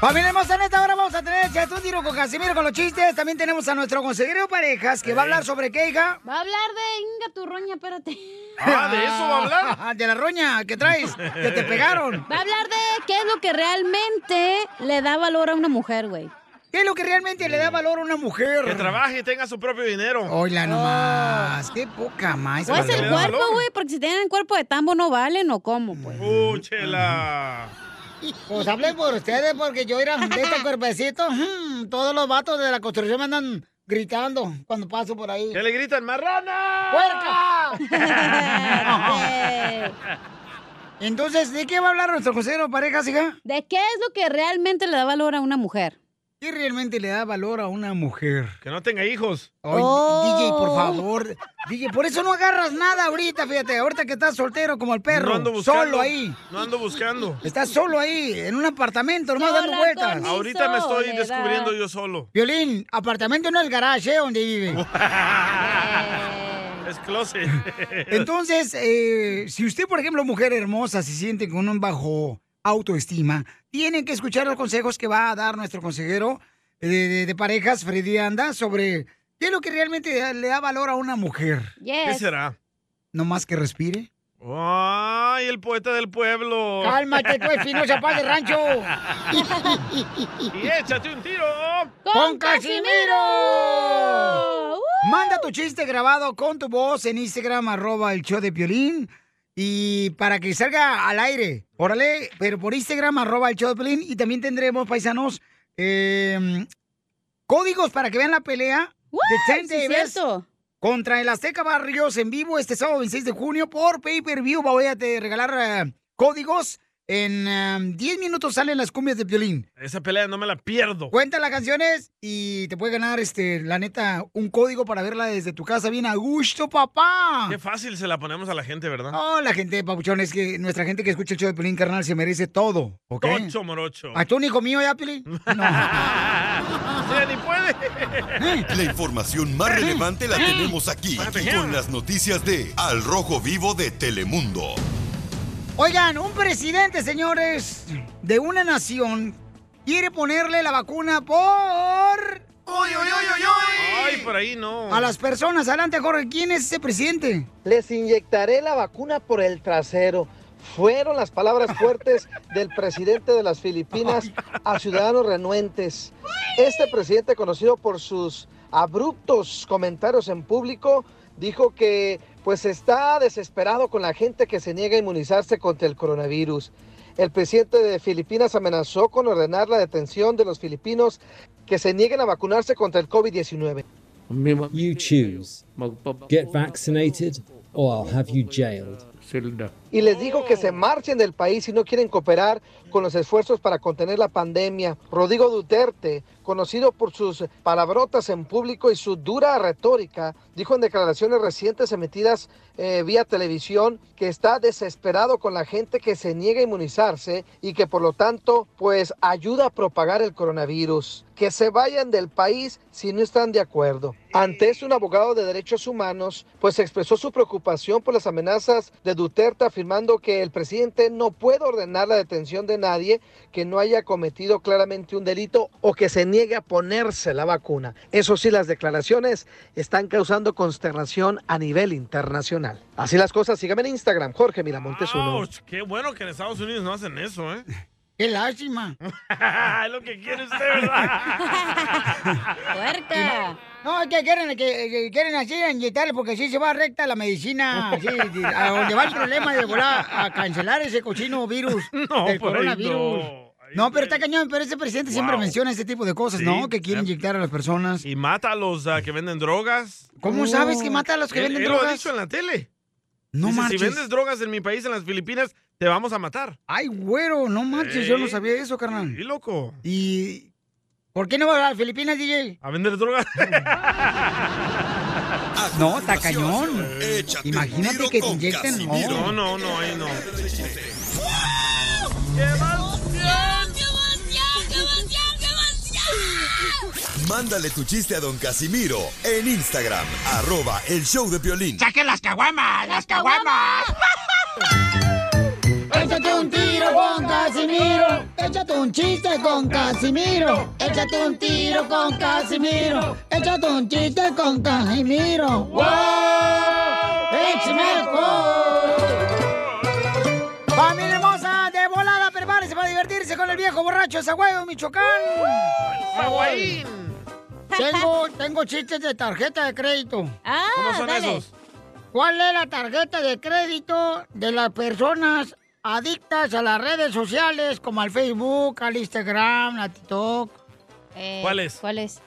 Speaker 2: Familia hermosa, en esta hora vamos a tener Échate un tiro con Casimiro con los chistes. También tenemos a nuestro consejero de parejas que va a hablar sobre qué, hija.
Speaker 4: Va a hablar de Inga tu roña, espérate.
Speaker 2: Ah, ¿de eso va a hablar? Ah, de la roña que traes, que te pegaron.
Speaker 4: Va a hablar de qué es lo que realmente le da valor a una mujer, güey.
Speaker 2: ¿Qué es lo que realmente le da valor a una mujer?
Speaker 3: Mm. Que trabaje y tenga su propio dinero. Oh.
Speaker 2: Hola nomás, qué poca más.
Speaker 4: O es el
Speaker 3: valor.
Speaker 4: cuerpo, güey, porque si tienen el cuerpo de tambo no valen o cómo, pues.
Speaker 3: ¡Úchela!
Speaker 2: Pues hablen por ustedes, porque yo era de este cuerpecito. mm, todos los vatos de la construcción me andan gritando cuando paso por ahí.
Speaker 3: ¿Qué le gritan? ¡Marrana!
Speaker 2: ¡Puerca! Entonces, ¿de qué va a hablar nuestro consejero de parejas, hija?
Speaker 4: ¿De qué es lo que realmente le da valor a una mujer?
Speaker 2: ¿Qué realmente le da valor a una mujer?
Speaker 3: Que no tenga hijos.
Speaker 2: Ay, DJ, por favor. DJ, por eso no agarras nada ahorita, fíjate. Ahorita que estás soltero como el perro.
Speaker 3: No ando buscando.
Speaker 2: Solo ahí.
Speaker 3: No ando buscando.
Speaker 2: Estás solo ahí, en un apartamento, nomás
Speaker 3: Sola
Speaker 2: dando vueltas.
Speaker 3: con mi Ahorita me estoy soledad. descubriendo yo solo.
Speaker 2: Violín, apartamento no el garage, ¿eh? Donde vive.
Speaker 3: Es closet.
Speaker 2: Entonces, eh, si usted, por ejemplo, mujer hermosa, se siente con un bajo autoestima, tienen que escuchar los consejos que va a dar nuestro consejero eh, de, de- de parejas, Freddy Anda, sobre qué es lo que realmente da- le da valor a una mujer.
Speaker 3: ¿Qué será?
Speaker 2: No más que respire.
Speaker 3: ¡Ay, el poeta del pueblo!
Speaker 2: Cálmate, pues, tú, Espinosa, paz de rancho.
Speaker 3: y échate un tiro.
Speaker 2: ¡Con Casimiro! Manda tu chiste grabado con tu voz en Instagram, arroba el show de Piolín. Y para que salga al aire, órale, pero por Instagram, arroba el show de Piolín. Y también tendremos, paisanos, eh, códigos para que vean la pelea de Ten
Speaker 4: Sí,
Speaker 2: Davis contra el Azteca Barrios en vivo este sábado 26 de junio por pay-per-view. Voy a te regalar eh, códigos. En eh, 10 minutos salen las cumbias de Piolín.
Speaker 3: Esa pelea no me la pierdo.
Speaker 2: Cuenta las canciones y te puede ganar, este, la neta, un código para verla desde tu casa bien a gusto, papá.
Speaker 3: Qué fácil se la ponemos a la gente, ¿verdad?
Speaker 2: No, la gente, papuchón, es que nuestra gente que escucha el show de Pelín Carnal se merece todo, ¿ok?
Speaker 3: Tocho morocho.
Speaker 2: ¿A un hijo mío ya, Pelín?
Speaker 3: Ya ni puede.
Speaker 6: La información más relevante la tenemos aquí, aquí con las noticias de Al Rojo Vivo de Telemundo.
Speaker 2: Oigan, un presidente, señores, de una nación quiere ponerle la vacuna por...
Speaker 3: Ay, por ahí no.
Speaker 2: A las personas. Adelante, Jorge. ¿Quién es ese presidente?
Speaker 5: Les inyectaré la vacuna por el trasero. Fueron las palabras fuertes del presidente de las Filipinas a ciudadanos renuentes. Este presidente, conocido por sus abruptos comentarios en público, dijo que pues está desesperado con la gente que se niega a inmunizarse contra el coronavirus. El presidente de Filipinas amenazó con ordenar la detención de los filipinos que se nieguen a vacunarse contra el COVID-19.
Speaker 11: You choose. Get vaccinated or I'll have you jailed.
Speaker 5: y les dijo que se marchen del país si no quieren cooperar con los esfuerzos para contener la pandemia. Rodrigo Duterte, conocido por sus palabrotas en público y su dura retórica, dijo en declaraciones recientes emitidas eh, vía televisión que está desesperado con la gente que se niega a inmunizarse y que por lo tanto pues ayuda a propagar el coronavirus. Que se vayan del país si no están de acuerdo. Ante eso, un abogado de derechos humanos pues expresó su preocupación por las amenazas de Duterte afirmando que el presidente no puede ordenar la detención de nadie que no haya cometido claramente un delito o que se niegue a ponerse la vacuna. Eso sí, las declaraciones están causando consternación a nivel internacional. Así las cosas, síganme en Instagram, Jorge Miramontes uno.
Speaker 3: Ouch, qué bueno que en Estados Unidos no hacen eso, ¿eh?
Speaker 2: ¡Qué lástima!
Speaker 3: es lo que quiere usted, ¿verdad?
Speaker 2: ¡Puerta! No, es que quieren, que, que quieren así inyectarle porque así se va recta la medicina, así, de- a donde va el problema de volar a cancelar ese cochino virus,
Speaker 7: No,
Speaker 2: el
Speaker 7: por ahí
Speaker 2: coronavirus.
Speaker 7: no.
Speaker 2: No, pero está cañón, pero ese presidente siempre
Speaker 3: Wow.
Speaker 2: menciona ese tipo de cosas,
Speaker 3: Sí,
Speaker 2: ¿no? Que quiere inyectar a las personas.
Speaker 3: Y mata a los ah, que venden drogas.
Speaker 2: ¿Cómo sabes que mata a los que
Speaker 3: Él-
Speaker 2: venden
Speaker 3: él Lo ha
Speaker 2: drogas?
Speaker 3: dicho en la tele.
Speaker 2: No
Speaker 3: Dice,
Speaker 2: marches.
Speaker 3: Si vendes drogas en mi país, en las Filipinas, te vamos a matar.
Speaker 2: Ay, güero, no manches, yo no
Speaker 3: Sí.
Speaker 2: sabía eso, carnal.
Speaker 3: Y loco.
Speaker 2: ¿Y por qué no vas a las Filipinas, DJ?
Speaker 3: A vender drogas.
Speaker 2: No, está cañón.
Speaker 6: Échate un
Speaker 2: Imagínate
Speaker 6: tiro
Speaker 2: que te
Speaker 6: con
Speaker 2: inyecten. no.
Speaker 6: Casimiro.
Speaker 3: No, no, no, ahí no.
Speaker 6: Mándale tu chiste a don Casimiro en Instagram, arroba el show de violín.
Speaker 7: ¡Saquen las caguamas! ¡Las caguamas! Échate un tiro con Casimiro. Échate un chiste con Casimiro. Échate un tiro con Casimiro. Échate un chiste con Casimiro. ¡Wow! ¡Échame
Speaker 2: ¡Familia hermosa! ¡De volada! ¡Prepárese para divertirse con el viejo borracho Zagüeyo, Michoacán!
Speaker 7: Zagüeyín.
Speaker 2: Tengo, tengo chistes de tarjeta de crédito.
Speaker 7: Ah, ¿Cómo son dale. esos?
Speaker 2: ¿Cuál es la tarjeta de crédito de las personas adictas a las redes sociales como al Facebook, al Instagram, a TikTok?
Speaker 3: ¿Cuál es?
Speaker 2: ¿Cuál es?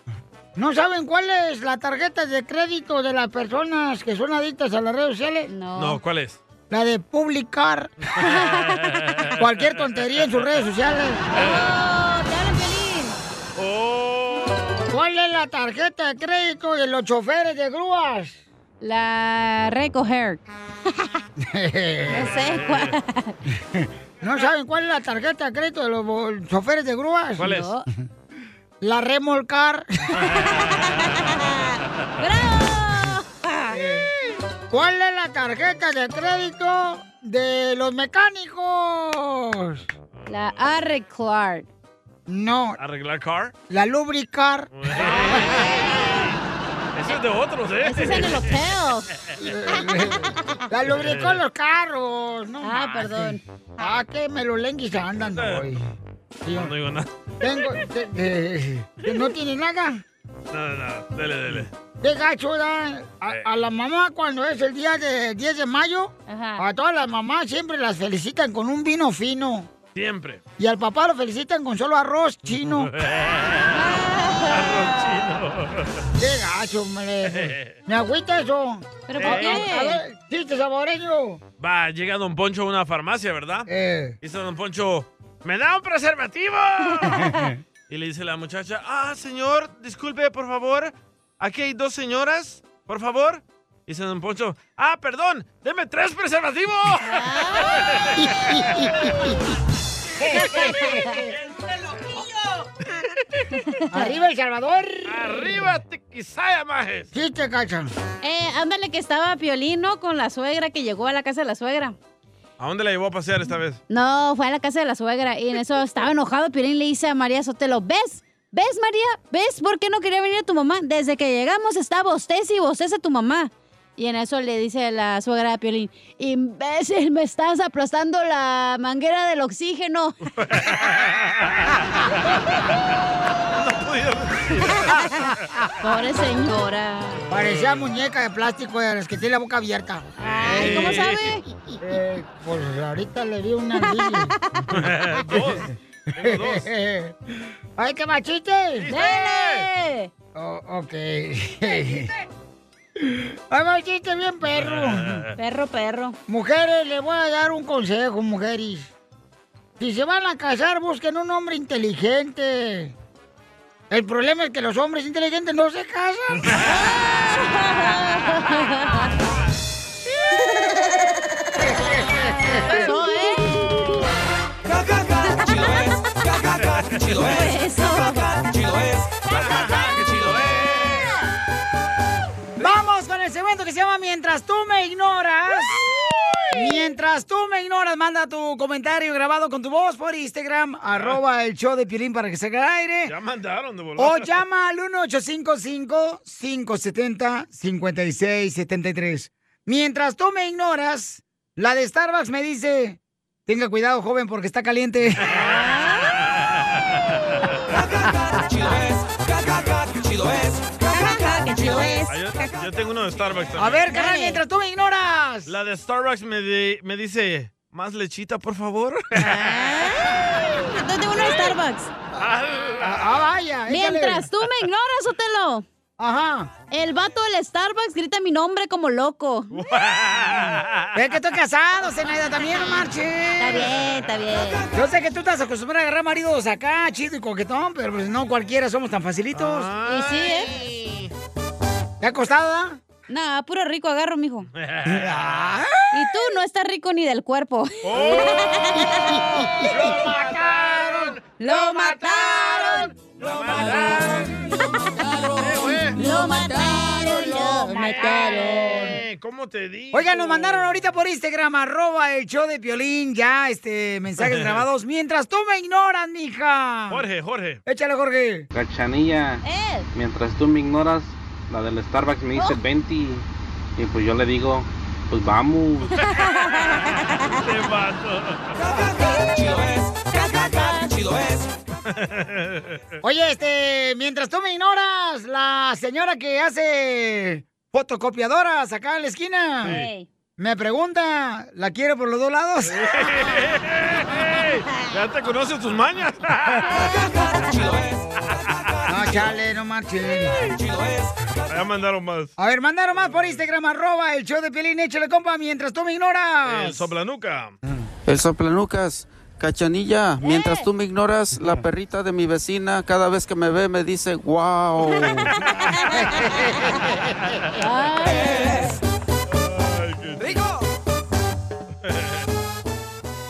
Speaker 2: ¿No saben cuál es la tarjeta de crédito de las personas que son adictas a las redes sociales?
Speaker 3: No, ¿cuál es?
Speaker 2: La de publicar cualquier tontería en sus redes sociales.
Speaker 4: Oh,
Speaker 7: Oh.
Speaker 2: ¿Cuál es la tarjeta de crédito de los choferes de grúas?
Speaker 4: La recoger.
Speaker 2: no
Speaker 4: sé cuál.
Speaker 2: ¿No saben cuál es la tarjeta de crédito de los bol- choferes de grúas?
Speaker 7: ¿Cuál es? No.
Speaker 2: La remolcar. ¿Cuál es la tarjeta de crédito de los mecánicos? La arreglar. No,
Speaker 3: ¿Arreglar car?
Speaker 2: la lubricar.
Speaker 3: Ese es de otros, ¿eh?
Speaker 2: Ese es en el hotel. La lubricó los carros. No
Speaker 7: Ah, perdón.
Speaker 2: Ah, que me lo lenguis andan hoy.
Speaker 3: No, no digo nada.
Speaker 2: Tengo, te- eh, ¿No tiene nada?
Speaker 3: Nada, nada. Dele, dele.
Speaker 2: Qué gacho, ¿verdad? a, a la mamá cuando es el día de 10 de mayo, a todas las mamás siempre las felicitan con un vino fino.
Speaker 3: Siempre.
Speaker 2: Y al papá lo felicitan con solo arroz chino. Qué gacho, hombre. Me agüita eso.
Speaker 3: ¿Pero por
Speaker 2: A-
Speaker 3: qué?
Speaker 2: A, a ver, chiste saboreño.
Speaker 3: Va, llega Don Poncho a una farmacia, ¿verdad?
Speaker 2: Eh.
Speaker 3: Dice Don Poncho, ¡me da un preservativo! y le dice la muchacha, ah, señor, disculpe, por favor, aquí hay dos señoras, por favor. Dice Don Poncho, ah, perdón, deme tres preservativos.
Speaker 2: ¡Arriba El Salvador!
Speaker 3: ¡Arriba Tequisaya, majes!
Speaker 2: Chiste, cachan.
Speaker 4: Eh, ándale que estaba Piolino con la suegra que llegó a la casa de la suegra.
Speaker 3: ¿A dónde la llevó a pasear esta vez?
Speaker 4: No, fue a la casa de la suegra y en eso estaba enojado. Piolín le dice a María Sotelo, ¿ves? ¿Ves, María? ¿Ves por qué no quería venir tu mamá? Desde que llegamos está bosteza y bosteza tu mamá. Y en eso le dice la suegra a Piolín, imbécil, me estás aplastando la manguera del oxígeno. Pobre señora.
Speaker 2: Parecía muñeca de plástico de las que tiene la boca abierta.
Speaker 7: Ay, ¿cómo sabe?
Speaker 2: Eh, pues ahorita le di una bilis.
Speaker 7: Dos.
Speaker 3: Tengo dos.
Speaker 2: ¡Ay, qué machiste! ¡Dale! Oh, ok. ¡Ay, machiste bien, perro!
Speaker 4: Perro, perro.
Speaker 2: Mujeres, les voy a dar un consejo, mujeres. Si se van a casar, busquen un hombre inteligente. El problema es que los hombres inteligentes no se casan.
Speaker 7: Eso,
Speaker 11: ¡Qué chido es! ¡Qué chido es! ¡Qué chido
Speaker 2: Vamos con el segmento que se llama Mientras tú me ignoras. Mientras tú me ignoras, manda tu comentario grabado con tu voz por Instagram, arroba el show de Piolín para que se haga aire.
Speaker 3: Ya mandaron de volada.
Speaker 2: O llama al 1855-570-5673. Mientras tú me ignoras, la de Starbucks me dice, tenga cuidado joven porque está caliente.
Speaker 11: es! ¡Qué chido es!
Speaker 2: ¡Qué chido es!
Speaker 3: Ah, yo, yo tengo uno de Starbucks también.
Speaker 2: A ver, carnal, mientras tú me ignoras.
Speaker 3: La de Starbucks me, di- me dice, ¿más lechita, por favor?
Speaker 4: Yo tengo uno de Starbucks.
Speaker 2: Ah, vaya.
Speaker 4: Mientras tú me ignoras, Otelo.
Speaker 2: Ajá.
Speaker 4: El vato del Starbucks grita mi nombre como loco.
Speaker 2: Es que estoy casado, Zenaida, también no marches. Está
Speaker 4: bien, está bien.
Speaker 2: Yo sé que tú estás acostumbrada a agarrar maridos acá, chido y coquetón, pero pues no cualquiera somos tan facilitos.
Speaker 4: Y sí, ¿eh?
Speaker 2: ¿Te ha costado? ah?
Speaker 4: Nah, puro rico agarro, mijo. Y tú no estás rico ni del cuerpo.
Speaker 2: ¡Oh!
Speaker 7: ¡Lo
Speaker 2: mataron!
Speaker 4: ¡Lo mataron!
Speaker 7: ¡Lo
Speaker 11: eh,
Speaker 7: mataron!
Speaker 4: ¡Lo mataron! ¡Lo
Speaker 3: mataron! ¿Cómo te di?
Speaker 2: Oigan, nos mandaron ahorita por Instagram, arroba el show de Piolín, ya, este, mensajes grabados. Mientras tú me ignoras, mija.
Speaker 3: Jorge, Jorge.
Speaker 2: Échale, Jorge.
Speaker 14: Cachanilla, mientras tú me ignoras, la del Starbucks me dice 20 y pues yo le digo, pues vamos.
Speaker 3: Te
Speaker 11: mato. ¡Chido es! ¡Chido es!
Speaker 2: Oye, este, mientras tú me ignoras, la señora que hace fotocopiadoras acá en la esquina.
Speaker 4: Ey.
Speaker 2: Me pregunta, ¿la quiere por los dos lados?
Speaker 3: Ya te conoces tus mañas.
Speaker 2: No, Ah, chale, no marchen.
Speaker 3: Ya mandaron más.
Speaker 2: A ver, mandaron más por Instagram, arroba el show de Piolín, échale compa, mientras tú me
Speaker 3: El
Speaker 2: ignoras.
Speaker 3: soplanuca.
Speaker 15: El soplanucas, cachanilla, mientras tú me ignoras,
Speaker 14: Eh.
Speaker 15: la perrita de mi vecina cada vez que me ve me dice, wow.
Speaker 2: ¡Rico!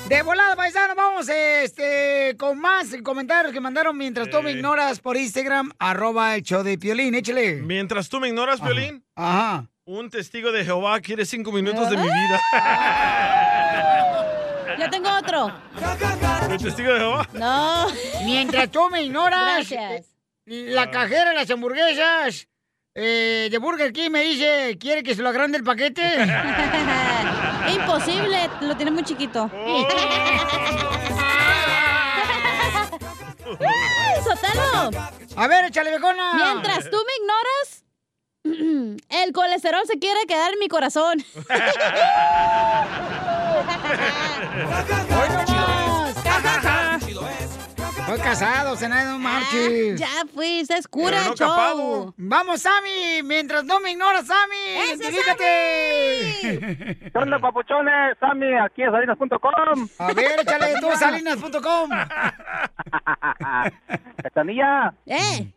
Speaker 2: De volada, paisano, vamos este, con más comentarios que mandaron mientras tú me ignoras por Instagram, arroba el show de Piolín, échale.
Speaker 3: Mientras tú me ignoras, Piolín.
Speaker 2: Ajá.
Speaker 3: Un testigo de Jehová quiere cinco minutos de mi vida.
Speaker 4: Yo tengo otro.
Speaker 3: ¿El testigo de Jehová?
Speaker 4: No.
Speaker 2: Mientras tú me ignoras,
Speaker 4: Gracias.
Speaker 2: la cajera de las hamburguesas eh, de Burger King me dice, ¿quiere que se lo agrande el paquete?
Speaker 4: Imposible, lo tiene muy chiquito.
Speaker 2: Oh.
Speaker 4: ¡Ay, Sotelo!
Speaker 2: A ver, échale becona.
Speaker 4: Mientras tú me ignoras, el colesterol se quiere quedar en mi corazón.
Speaker 2: Estoy casado, Zenaida, no marches.
Speaker 4: Ah, ya fuiste, es cura,
Speaker 2: Pero no
Speaker 4: show.
Speaker 2: capado. Vamos, Sammy, mientras no me ignoras, Sammy. ¡Identifícate!
Speaker 16: ¿Qué onda, papuchones? Sammy, aquí en salinas.com.
Speaker 2: A ver, échale tú, salinas.com.
Speaker 16: Castanilla,
Speaker 4: ¿Eh?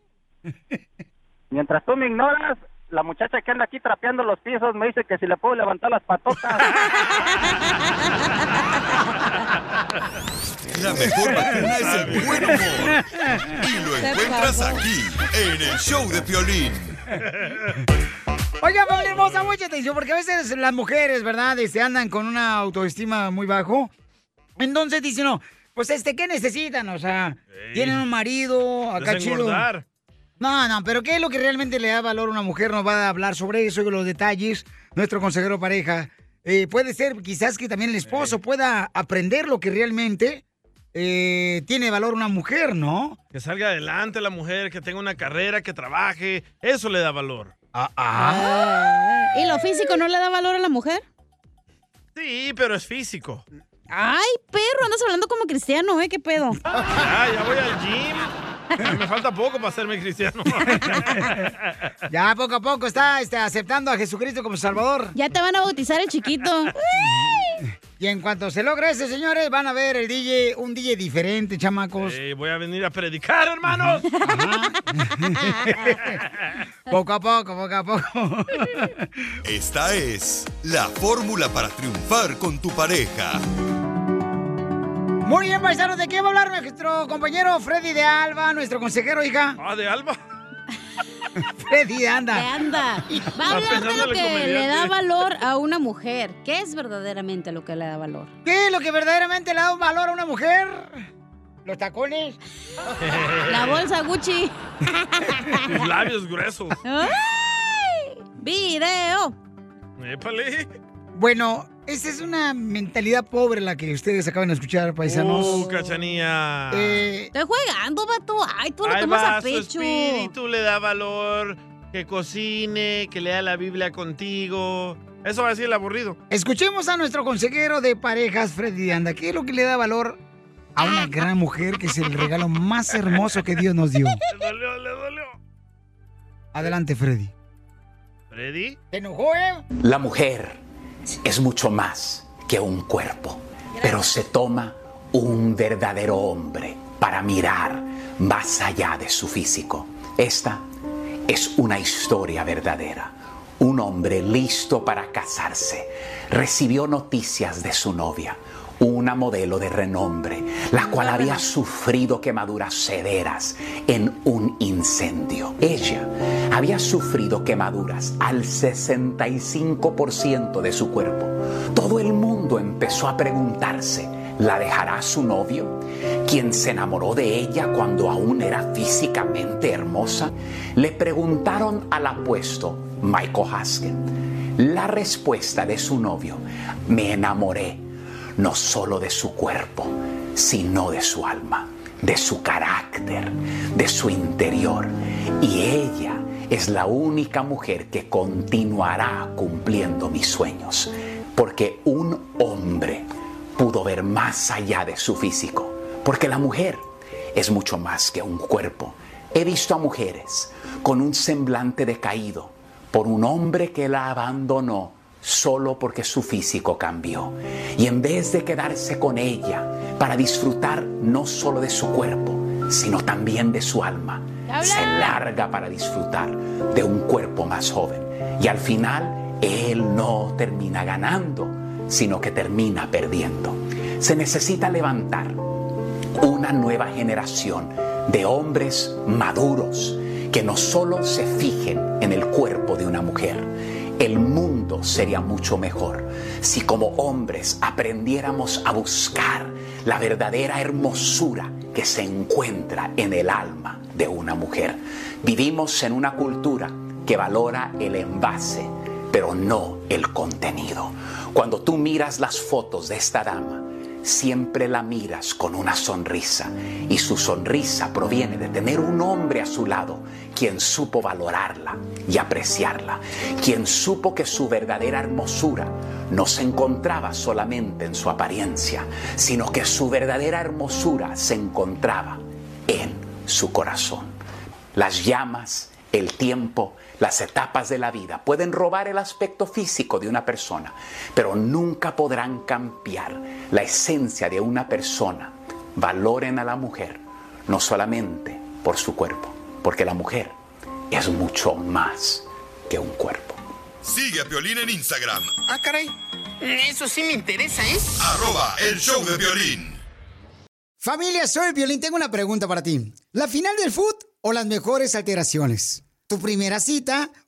Speaker 16: mientras tú me ignoras, la muchacha que anda aquí trapeando los pisos me dice que si le puedo levantar las patotas.
Speaker 6: La mejor vacuna es el buen humor. Y lo encuentras aquí, en el show de Piolín.
Speaker 2: Oiga, Pablo Hermosa, mucha atención, porque a veces las mujeres, ¿verdad? Este, andan con una autoestima muy bajo. Entonces dicen, no, pues este, ¿qué necesitan? O sea,
Speaker 7: Ey.
Speaker 2: tienen un marido, acá chido.
Speaker 7: Desengordar.
Speaker 2: No, no, pero ¿qué es lo que realmente le da valor a una mujer? Nos va a hablar sobre eso y los detalles. Nuestro consejero pareja. Eh, puede ser quizás que también el esposo pueda aprender lo que realmente eh, tiene valor una mujer, ¿no?
Speaker 3: Que salga adelante la mujer, que tenga una carrera, que trabaje. Eso le da valor.
Speaker 2: Ah,
Speaker 4: ¿Y lo físico no le da valor a la mujer?
Speaker 3: Sí, pero es físico.
Speaker 4: Ay, perro, andas hablando como cristiano, ¿eh? ¿Qué pedo?
Speaker 3: Ah, Ya, ya voy al gym. Ya Me falta poco para hacerme cristiano.
Speaker 2: Ya poco a poco está este, aceptando a Jesucristo como Salvador.
Speaker 4: Ya te van a bautizar el chiquito.
Speaker 2: Y en cuanto se logre ese, señores, van a ver el DJ, un DJ diferente, chamacos.
Speaker 3: Eh, voy a venir a predicar, hermanos.
Speaker 2: Poco a poco, poco a poco.
Speaker 6: Esta es la fórmula para triunfar con tu pareja.
Speaker 2: Muy bien, paisanos, ¿de qué va a hablar nuestro compañero Freddy de Alba, nuestro consejero, hija?
Speaker 3: Ah, de Alba.
Speaker 2: Freddy, anda.
Speaker 4: ¿Qué anda? Va a
Speaker 2: Ah,
Speaker 4: hablar de
Speaker 2: pensándole
Speaker 4: lo que
Speaker 2: comediante.
Speaker 4: le da valor a una mujer. ¿Qué es verdaderamente lo que le da valor?
Speaker 2: ¿Qué es lo que verdaderamente le da un valor a una mujer? Los tacones.
Speaker 4: La bolsa Gucci.
Speaker 3: Tus labios gruesos.
Speaker 4: ¡Ay! ¡Video!
Speaker 3: Épale.
Speaker 2: Bueno, esa es una mentalidad pobre la que ustedes acaban de escuchar, paisanos.
Speaker 3: Uh, cachanía.
Speaker 2: Eh,
Speaker 4: Estoy jugando, vato. Ay, tú lo
Speaker 3: Ahí
Speaker 4: tomas
Speaker 3: va,
Speaker 4: a pecho.
Speaker 3: Su espíritu le da valor, que cocine, que lea la Biblia contigo. Eso va a decir el aburrido.
Speaker 2: Escuchemos a nuestro consejero de parejas, Freddy de Anda. ¿Qué es lo que le da valor a una gran mujer que es el regalo más hermoso que Dios nos dio?
Speaker 3: Le dolió, le dolió.
Speaker 2: Adelante, Freddy.
Speaker 3: ¿Freddy?
Speaker 2: ¿Te enojó, eh?
Speaker 17: La mujer es mucho más que un cuerpo, pero se toma un verdadero hombre para mirar más allá de su físico. Esta es una historia verdadera. Un hombre listo para casarse recibió noticias de su novia, una modelo de renombre, la cual había sufrido quemaduras severas en un incendio. Ella había sufrido quemaduras al 65% de su cuerpo. Todo el mundo empezó a preguntarse, ¿la dejará su novio? Quien se enamoró de ella cuando aún era físicamente hermosa. Le preguntaron al apuesto Michael Haskell. La respuesta de su novio, me enamoré no solo de su cuerpo, sino de su alma, de su carácter, de su interior. Y ella es la única mujer que continuará cumpliendo mis sueños, porque un hombre pudo ver más allá de su físico, porque la mujer es mucho más que un cuerpo. He visto a mujeres con un semblante decaído por un hombre que la abandonó solo porque su físico cambió. Y en vez de quedarse con ella para disfrutar no solo de su cuerpo, sino también de su alma, se larga para disfrutar de un cuerpo más joven. Y al final, él no termina ganando, sino que termina perdiendo. Se necesita levantar una nueva generación de hombres maduros que no solo se fijen en el cuerpo de una mujer. El mundo sería mucho mejor si como hombres aprendiéramos a buscar la verdadera hermosura que se encuentra en el alma de una mujer. Vivimos en una cultura que valora el envase, pero no el contenido. Cuando tú miras las fotos de esta dama, siempre la miras con una sonrisa y su sonrisa proviene de tener un hombre a su lado quien supo valorarla y apreciarla, quien supo que su verdadera hermosura no se encontraba solamente en su apariencia, sino que su verdadera hermosura se encontraba en su corazón. Las llamas, el tiempo, las etapas de la vida pueden robar el aspecto físico de una persona, pero nunca podrán cambiar la esencia de una persona. Valoren a la mujer, no solamente por su cuerpo, porque la mujer es mucho más que un cuerpo.
Speaker 6: Sigue a Violín en Instagram,
Speaker 18: Ah, caray. Eso sí me interesa, ¿eh?
Speaker 6: arroba el show de violín.
Speaker 2: Familia, soy Violín. Tengo una pregunta para ti. ¿La final del foot o las mejores alteraciones? ¿Tu primera cita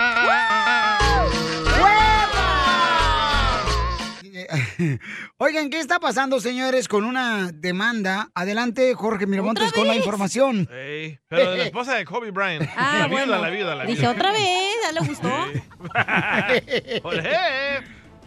Speaker 2: Oigan, ¿qué está pasando, señores, con una demanda? Adelante, Jorge Miramontes,
Speaker 3: ¿Otra
Speaker 2: con la
Speaker 3: vez?
Speaker 2: información.
Speaker 3: Ey, pero la esposa de Kobe Bryant. la viuda, la viuda, la viuda.
Speaker 4: Dije Ah, otra vez, ya le gustó.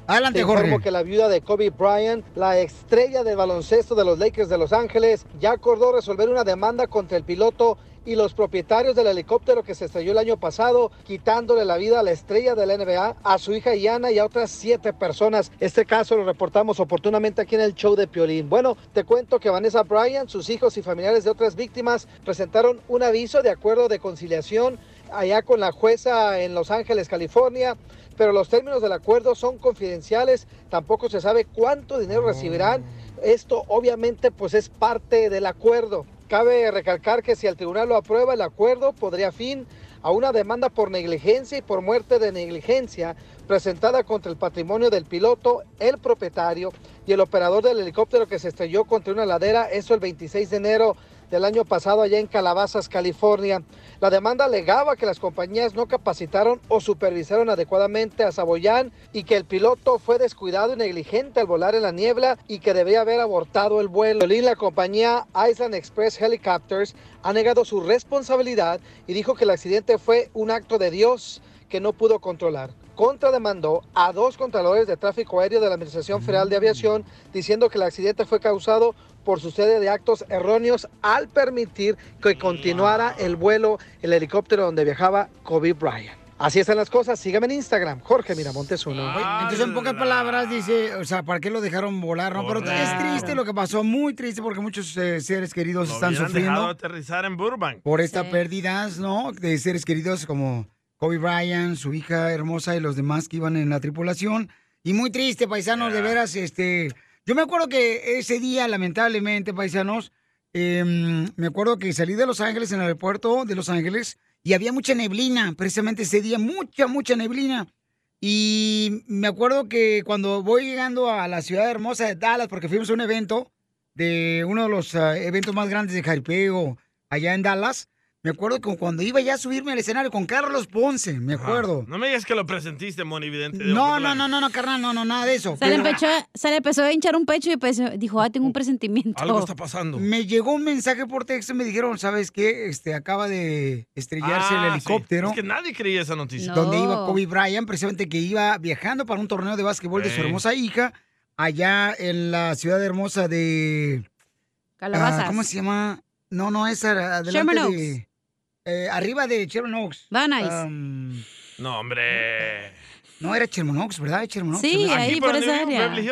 Speaker 2: Adelante,
Speaker 5: Te
Speaker 2: Jorge.
Speaker 5: informo que la viuda de Kobe Bryant, la estrella del baloncesto de los Lakers de Los Ángeles, ya acordó resolver una demanda contra el piloto y los propietarios del helicóptero que se estrelló el año pasado, quitándole la vida a la estrella de la NBA, a su hija Iana y a otras siete personas. Este caso lo reportamos oportunamente aquí en el show de Piolín. Bueno, te cuento que Vanessa Bryant, sus hijos y familiares de otras víctimas presentaron un aviso de acuerdo de conciliación allá con la jueza en Los Ángeles, California, pero los términos del acuerdo son confidenciales, tampoco se sabe cuánto dinero recibirán. Esto obviamente pues es parte del acuerdo. Cabe recalcar que si el tribunal lo aprueba, el acuerdo podría fin a una demanda por negligencia y por muerte de negligencia presentada contra el patrimonio del piloto, el propietario y el operador del helicóptero que se estrelló contra una ladera, eso el 26 de enero del año pasado allá en Calabazas, California. La demanda alegaba que las compañías no capacitaron o supervisaron adecuadamente a Saboyán y que el piloto fue descuidado y negligente al volar en la niebla y que debía haber abortado el vuelo. Y La compañía Island Express Helicopters ha negado su responsabilidad y dijo que el accidente fue un acto de Dios que no pudo controlar. Contrademandó a dos controladores de tráfico aéreo de la Administración
Speaker 2: Mm.
Speaker 5: Federal de Aviación diciendo que el accidente fue causado por su serie de actos erróneos al permitir que continuara el vuelo el helicóptero donde viajaba Kobe Bryant. Así están las cosas. Sígame en Instagram, Jorge Miramontes uno.
Speaker 2: Entonces, en
Speaker 3: Ah.
Speaker 2: pocas palabras, dice, o sea, ¿para qué lo dejaron volar? No, pero es triste lo que pasó, muy triste porque muchos eh, seres queridos
Speaker 3: Lo
Speaker 2: están
Speaker 3: hubieran dejado
Speaker 2: sufriendo
Speaker 3: aterrizar en Burbank.
Speaker 2: por estas pérdidas, ¿no? De seres queridos como Kobe Bryant, su hija hermosa y los demás que iban en la tripulación. Y muy triste, paisanos, de veras, este... Yo me acuerdo que ese día, lamentablemente, paisanos, em, me acuerdo que salí de Los Ángeles, en el aeropuerto de Los Ángeles, y había mucha neblina, precisamente ese día, mucha, mucha neblina. Y me acuerdo que cuando voy llegando a la ciudad hermosa de Dallas, porque fuimos a un evento, de uno de los ah, eventos más grandes de jaripeo allá en Dallas, me acuerdo que cuando iba ya a subirme al escenario con Carlos Ponce, me acuerdo.
Speaker 3: No me digas que lo presentiste, monividente. de
Speaker 2: No,
Speaker 3: Ocotlán.
Speaker 2: no, no, no, no, carnal, no, no, nada de eso.
Speaker 4: Se le,
Speaker 2: Pero-
Speaker 4: empezó, se le empezó a hinchar un pecho y pues, dijo, ah,
Speaker 2: Oh,
Speaker 4: tengo un presentimiento.
Speaker 3: pasando.
Speaker 2: Me llegó un mensaje por texto y me dijeron, ¿sabes qué? Este, acaba de estrellarse
Speaker 3: Ah,
Speaker 2: el helicóptero.
Speaker 3: sí. Es que nadie creía esa noticia.
Speaker 2: Donde iba Kobe Bryant, precisamente que iba viajando para un torneo de básquetbol de su
Speaker 3: Ey.
Speaker 2: hermosa hija, allá en la ciudad hermosa de...
Speaker 4: Calabazas.
Speaker 2: Ah, ¿Cómo se llama? No, no, esa era adelante
Speaker 4: Sherman
Speaker 2: de- eh, arriba de Sherman Oaks. Um,
Speaker 3: No, hombre.
Speaker 2: no, era Sherman Oaks, ¿verdad? Sherman Oaks,
Speaker 3: Sí,
Speaker 2: ¿verdad?
Speaker 3: ahí, ¿Aquí por por donde esa vivo, área. Beverly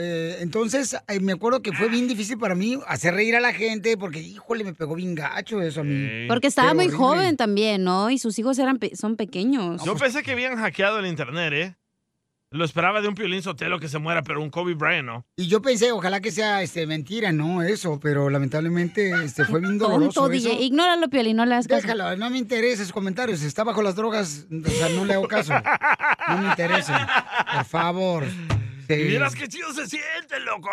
Speaker 2: Eh, entonces, eh, me acuerdo que fue bien difícil para mí hacer reír a la gente porque, híjole, me pegó bien gacho eso a mí.
Speaker 4: Porque estaba
Speaker 2: Pero
Speaker 4: muy
Speaker 2: horrible.
Speaker 4: joven también, ¿no? Y sus hijos eran pe- son pequeños.
Speaker 3: Yo pensé que habían hackeado el internet, ¿eh? Lo esperaba de un Piolín Sotelo que se muera, pero un Kobe Bryant, ¿no?
Speaker 2: Y yo pensé, ojalá que sea este, mentira, ¿no? Eso, pero lamentablemente este, fue bien doloroso
Speaker 4: Tonto,
Speaker 2: eso.
Speaker 4: DJ. Ignóralo, Piolín, no le hagas caso.
Speaker 2: Déjalo, no me interesa esos comentarios. Está bajo las drogas, o sea, no le hago caso. No me interesa. Por favor. Sí.
Speaker 3: Y vieras qué chido se siente, loco.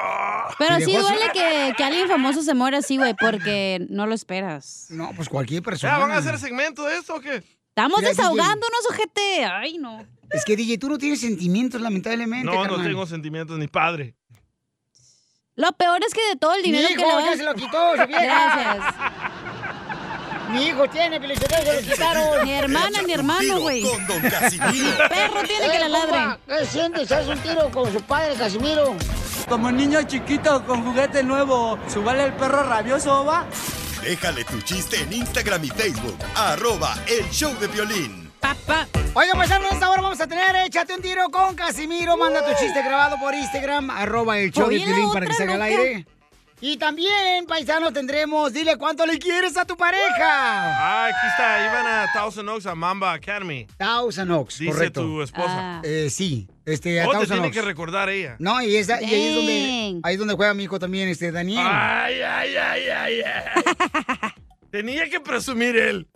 Speaker 4: Pero sí
Speaker 2: dejó su-
Speaker 4: duele que, que alguien famoso se muera así, güey, porque no lo esperas.
Speaker 2: No, pues cualquier persona.
Speaker 3: Ya, ¿Van a hacer segmento de esto o qué?
Speaker 4: Estamos
Speaker 2: Mira,
Speaker 4: desahogándonos, ojete. Ay, no.
Speaker 2: Es que, DJ, tú no tienes sentimientos, lamentablemente.
Speaker 3: No, no
Speaker 2: carnal.
Speaker 3: tengo sentimientos ni padre.
Speaker 4: Lo peor es que de todo el dinero
Speaker 2: Mi
Speaker 4: que
Speaker 2: hijo,
Speaker 4: le
Speaker 2: ya se lo quitó, su vieja.
Speaker 4: Gracias.
Speaker 2: Mi hijo tiene, pero se lo quitaron.
Speaker 4: Mi hermana, mi hermano, güey. perro tiene que la ladre.
Speaker 7: ¿Qué sientes? ¿Haz un tiro con su padre, Casimiro?
Speaker 19: Como niño chiquito con juguete nuevo, ¿subale el perro rabioso, va?
Speaker 6: Déjale tu chiste en Instagram y Facebook. Arroba el show de violín.
Speaker 2: Oiga, pues en esta hora vamos a tener Échate un tiro con Casimiro. Manda tu chiste grabado por Instagram, arroba el show de
Speaker 7: Oye, la
Speaker 2: Piolín para que
Speaker 7: otra
Speaker 2: salga al
Speaker 7: loca.
Speaker 2: aire. Y también, paisano, tendremos Dile cuánto le quieres a tu pareja.
Speaker 3: Ah, aquí está. Iban a Thousand Oaks a Mamba Academy.
Speaker 2: Thousand Oaks,
Speaker 3: Dice
Speaker 2: correcto.
Speaker 3: tu
Speaker 7: Ah.
Speaker 3: esposa.
Speaker 2: Eh, sí, este, a
Speaker 3: Oh, te
Speaker 2: Thousand
Speaker 3: tiene
Speaker 2: Oaks.
Speaker 3: que recordar ella.
Speaker 2: No, y, esa- y ahí es donde, ahí es donde juega mi hijo también, este, Daniel.
Speaker 3: Ay, ay, ay, ay, ay. Tenía que presumir él.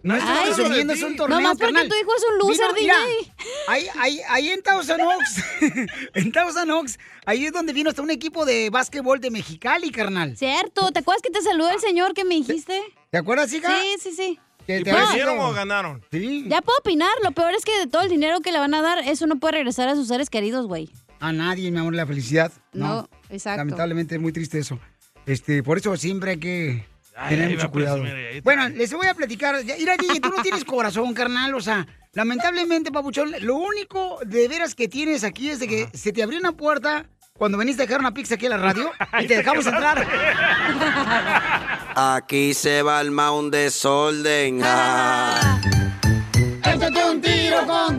Speaker 2: No estoy
Speaker 3: Ay,
Speaker 2: presumiendo,
Speaker 3: sí.
Speaker 2: es un torneo,
Speaker 3: Nomás porque
Speaker 2: carnal.
Speaker 3: tu hijo es un loser,
Speaker 2: Vino-
Speaker 3: DJ.
Speaker 2: ahí, ahí, ahí en Thousand Oaks, en Thousand Oaks, ahí es donde vino hasta un equipo de básquetbol de Mexicali, carnal.
Speaker 4: Cierto, ¿te acuerdas que te saludó el señor que me dijiste?
Speaker 2: ¿Te acuerdas, hija?
Speaker 4: Sí, sí, sí.
Speaker 2: Que
Speaker 3: ¿Y
Speaker 2: te había
Speaker 3: perdieron
Speaker 2: sido-
Speaker 3: o ganaron?
Speaker 2: Sí.
Speaker 4: Ya puedo opinar, lo peor es que de todo el dinero que le van a dar, eso no puede regresar a sus seres queridos, güey.
Speaker 2: A nadie, mi amor, la felicidad. No,
Speaker 4: No, exacto.
Speaker 2: lamentablemente es muy triste eso. Este, por eso siempre hay que
Speaker 3: Ay,
Speaker 2: tener
Speaker 3: ahí va
Speaker 2: mucho
Speaker 3: a
Speaker 2: cuidado.
Speaker 3: presumir, ahí está.
Speaker 2: Bueno, les voy a platicar. Ya, Mira, DJ, tú no tienes corazón, carnal. O sea, lamentablemente, papuchón, lo único de veras que tienes aquí es de que se te abrió una puerta cuando veniste a dejar una pizza aquí a la radio y te dejamos entrar.
Speaker 20: Aquí se va el un desorden.
Speaker 7: Échate un tiro con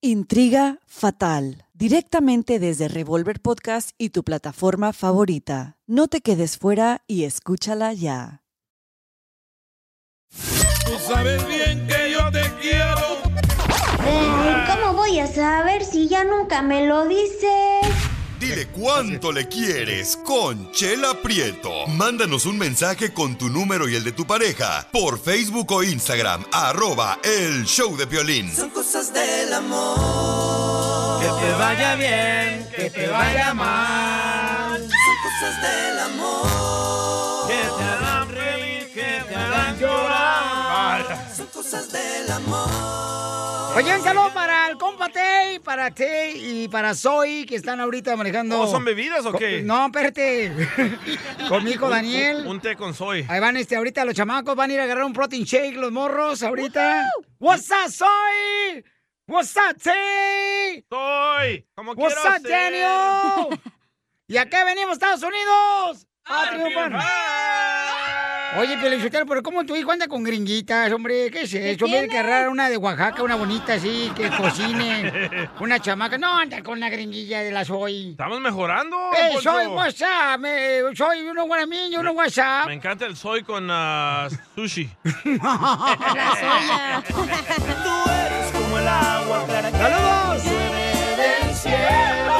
Speaker 21: Intriga Fatal, directamente desde Revolver Podcast y tu plataforma favorita. No te quedes fuera y escúchala ya.
Speaker 11: Tú sabes bien que yo te quiero.
Speaker 1: ¿Cómo voy a saber si ya nunca me lo dices?
Speaker 6: Dile cuánto le quieres con Chela Prieto. Mándanos un mensaje con tu número y el de tu pareja por Facebook o Instagram, arroba el show de violín.
Speaker 11: Cosas del amor. Que te vaya bien, que te vaya mal. Son cosas del amor. Que te harán reír, que te harán llorar. Son cosas del amor.
Speaker 2: Oye, un saludo para el compa Tey, para Tey y para Zoe, que están ahorita manejando.
Speaker 3: Oh, ¿son bebidas o qué?
Speaker 2: Co- No, espérate. con mi hijo
Speaker 3: Un-
Speaker 2: Daniel.
Speaker 3: Un, un té con soy.
Speaker 2: Ahí van este, ahorita los chamacos van a ir a agarrar un protein shake, los morros, ahorita. What's up, soy? What's up, Tey?
Speaker 3: Soy. Como
Speaker 2: What's
Speaker 3: quiero
Speaker 2: up,
Speaker 3: ser.
Speaker 2: Daniel? ¿Y a qué venimos, Estados Unidos? A triunfar. Oye, Pelichotero, pero ¿cómo tu hijo anda con gringuitas, hombre? ¿Qué es eso? Mira
Speaker 7: tiene?
Speaker 2: que agarrar una de Oaxaca, una bonita así, que cocine, una chamaca. No, anda con la gringuilla de las hoy.
Speaker 3: Estamos mejorando.
Speaker 2: Eh,
Speaker 3: Poncho.
Speaker 2: soy WhatsApp, eh, soy uno guaramín y uno WhatsApp.
Speaker 3: Me encanta el soy con ah, sushi.
Speaker 11: Tú eres como el agua clara que
Speaker 2: ¡Saludos!
Speaker 11: llueve del cielo.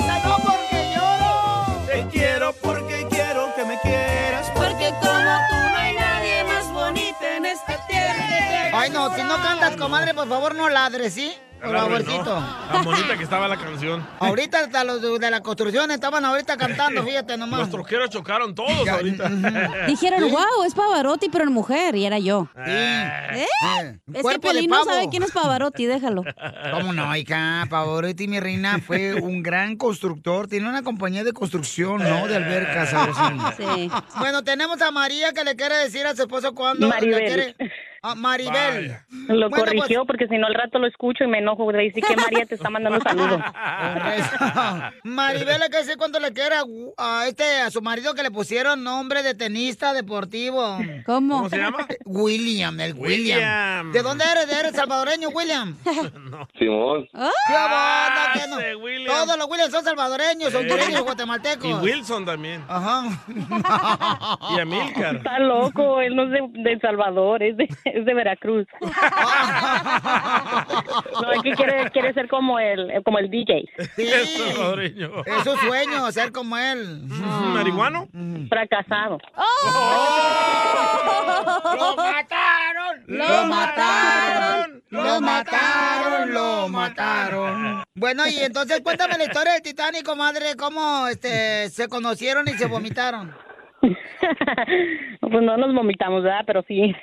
Speaker 2: Esa no porque lloro.
Speaker 11: Te quiero porque quiero que me quieras. Porque como tú no hay nadie más bonita en esta tierra.
Speaker 2: Ay, no, si no cantas, comadre, por favor no ladres, ¿sí? Por
Speaker 3: La arruinó.
Speaker 2: favorcito.
Speaker 3: Tan bonita que estaba la canción.
Speaker 2: Ahorita hasta los de de la construcción estaban ahorita cantando, fíjate nomás.
Speaker 3: Los troqueros chocaron todos ahorita.
Speaker 4: Dijeron, wow, es Pavarotti, pero en mujer, y era yo.
Speaker 3: Eh.
Speaker 4: ¿Eh? Es que
Speaker 2: Cuerpo de
Speaker 4: Pelín no
Speaker 2: pavo.
Speaker 4: sabe quién es Pavarotti, déjalo.
Speaker 2: ¿Cómo no, hija? Pavarotti, mi reina, fue un gran constructor. Tiene una compañía de construcción, ¿no? De albercas. algo así.
Speaker 4: Sí.
Speaker 2: Bueno, tenemos a María que le quiere decir a su esposo cuando...
Speaker 22: Maribel.
Speaker 2: Ah, Maribel.
Speaker 22: Lo
Speaker 2: Bueno, pues
Speaker 22: corrigió porque si no al rato lo escucho y me enojo. Voy a decir que María te está mandando saludos.
Speaker 2: Maribel le quiere decir cuánto le quiere a, a este, a su marido que le pusieron nombre de tenista deportivo.
Speaker 4: ¿Cómo?
Speaker 3: ¿Cómo se llama?
Speaker 2: William, el William.
Speaker 3: William.
Speaker 2: ¿De dónde eres? ¿De eres salvadoreño, William?
Speaker 23: Simón.
Speaker 2: ¡Qué banda, qué no! Todos los Williams son salvadoreños,
Speaker 3: Eh.
Speaker 2: hondureños, guatemaltecos.
Speaker 3: Y Wilson también.
Speaker 2: Ajá.
Speaker 3: Y Amilcar.
Speaker 22: Está loco, él no es de, de El Salvador, es de, es de Veracruz. No, es que quiere, quiere ser como el, como el DJ.
Speaker 3: Es salvadoreño.
Speaker 2: Es su sueño, ser como él.
Speaker 3: ¿Marihuano?
Speaker 22: Fracasado.
Speaker 2: ¡Oh!
Speaker 3: ¡Oh!
Speaker 2: ¡Lo mataron! ¡Lo mataron! ¡Lo mataron! ¡Lo mataron! Bueno, y entonces cuéntame la historia del Titanic, madre. ¿Cómo este, se conocieron y se vomitaron?
Speaker 22: Pues no nos vomitamos, ¿verdad? Pero sí.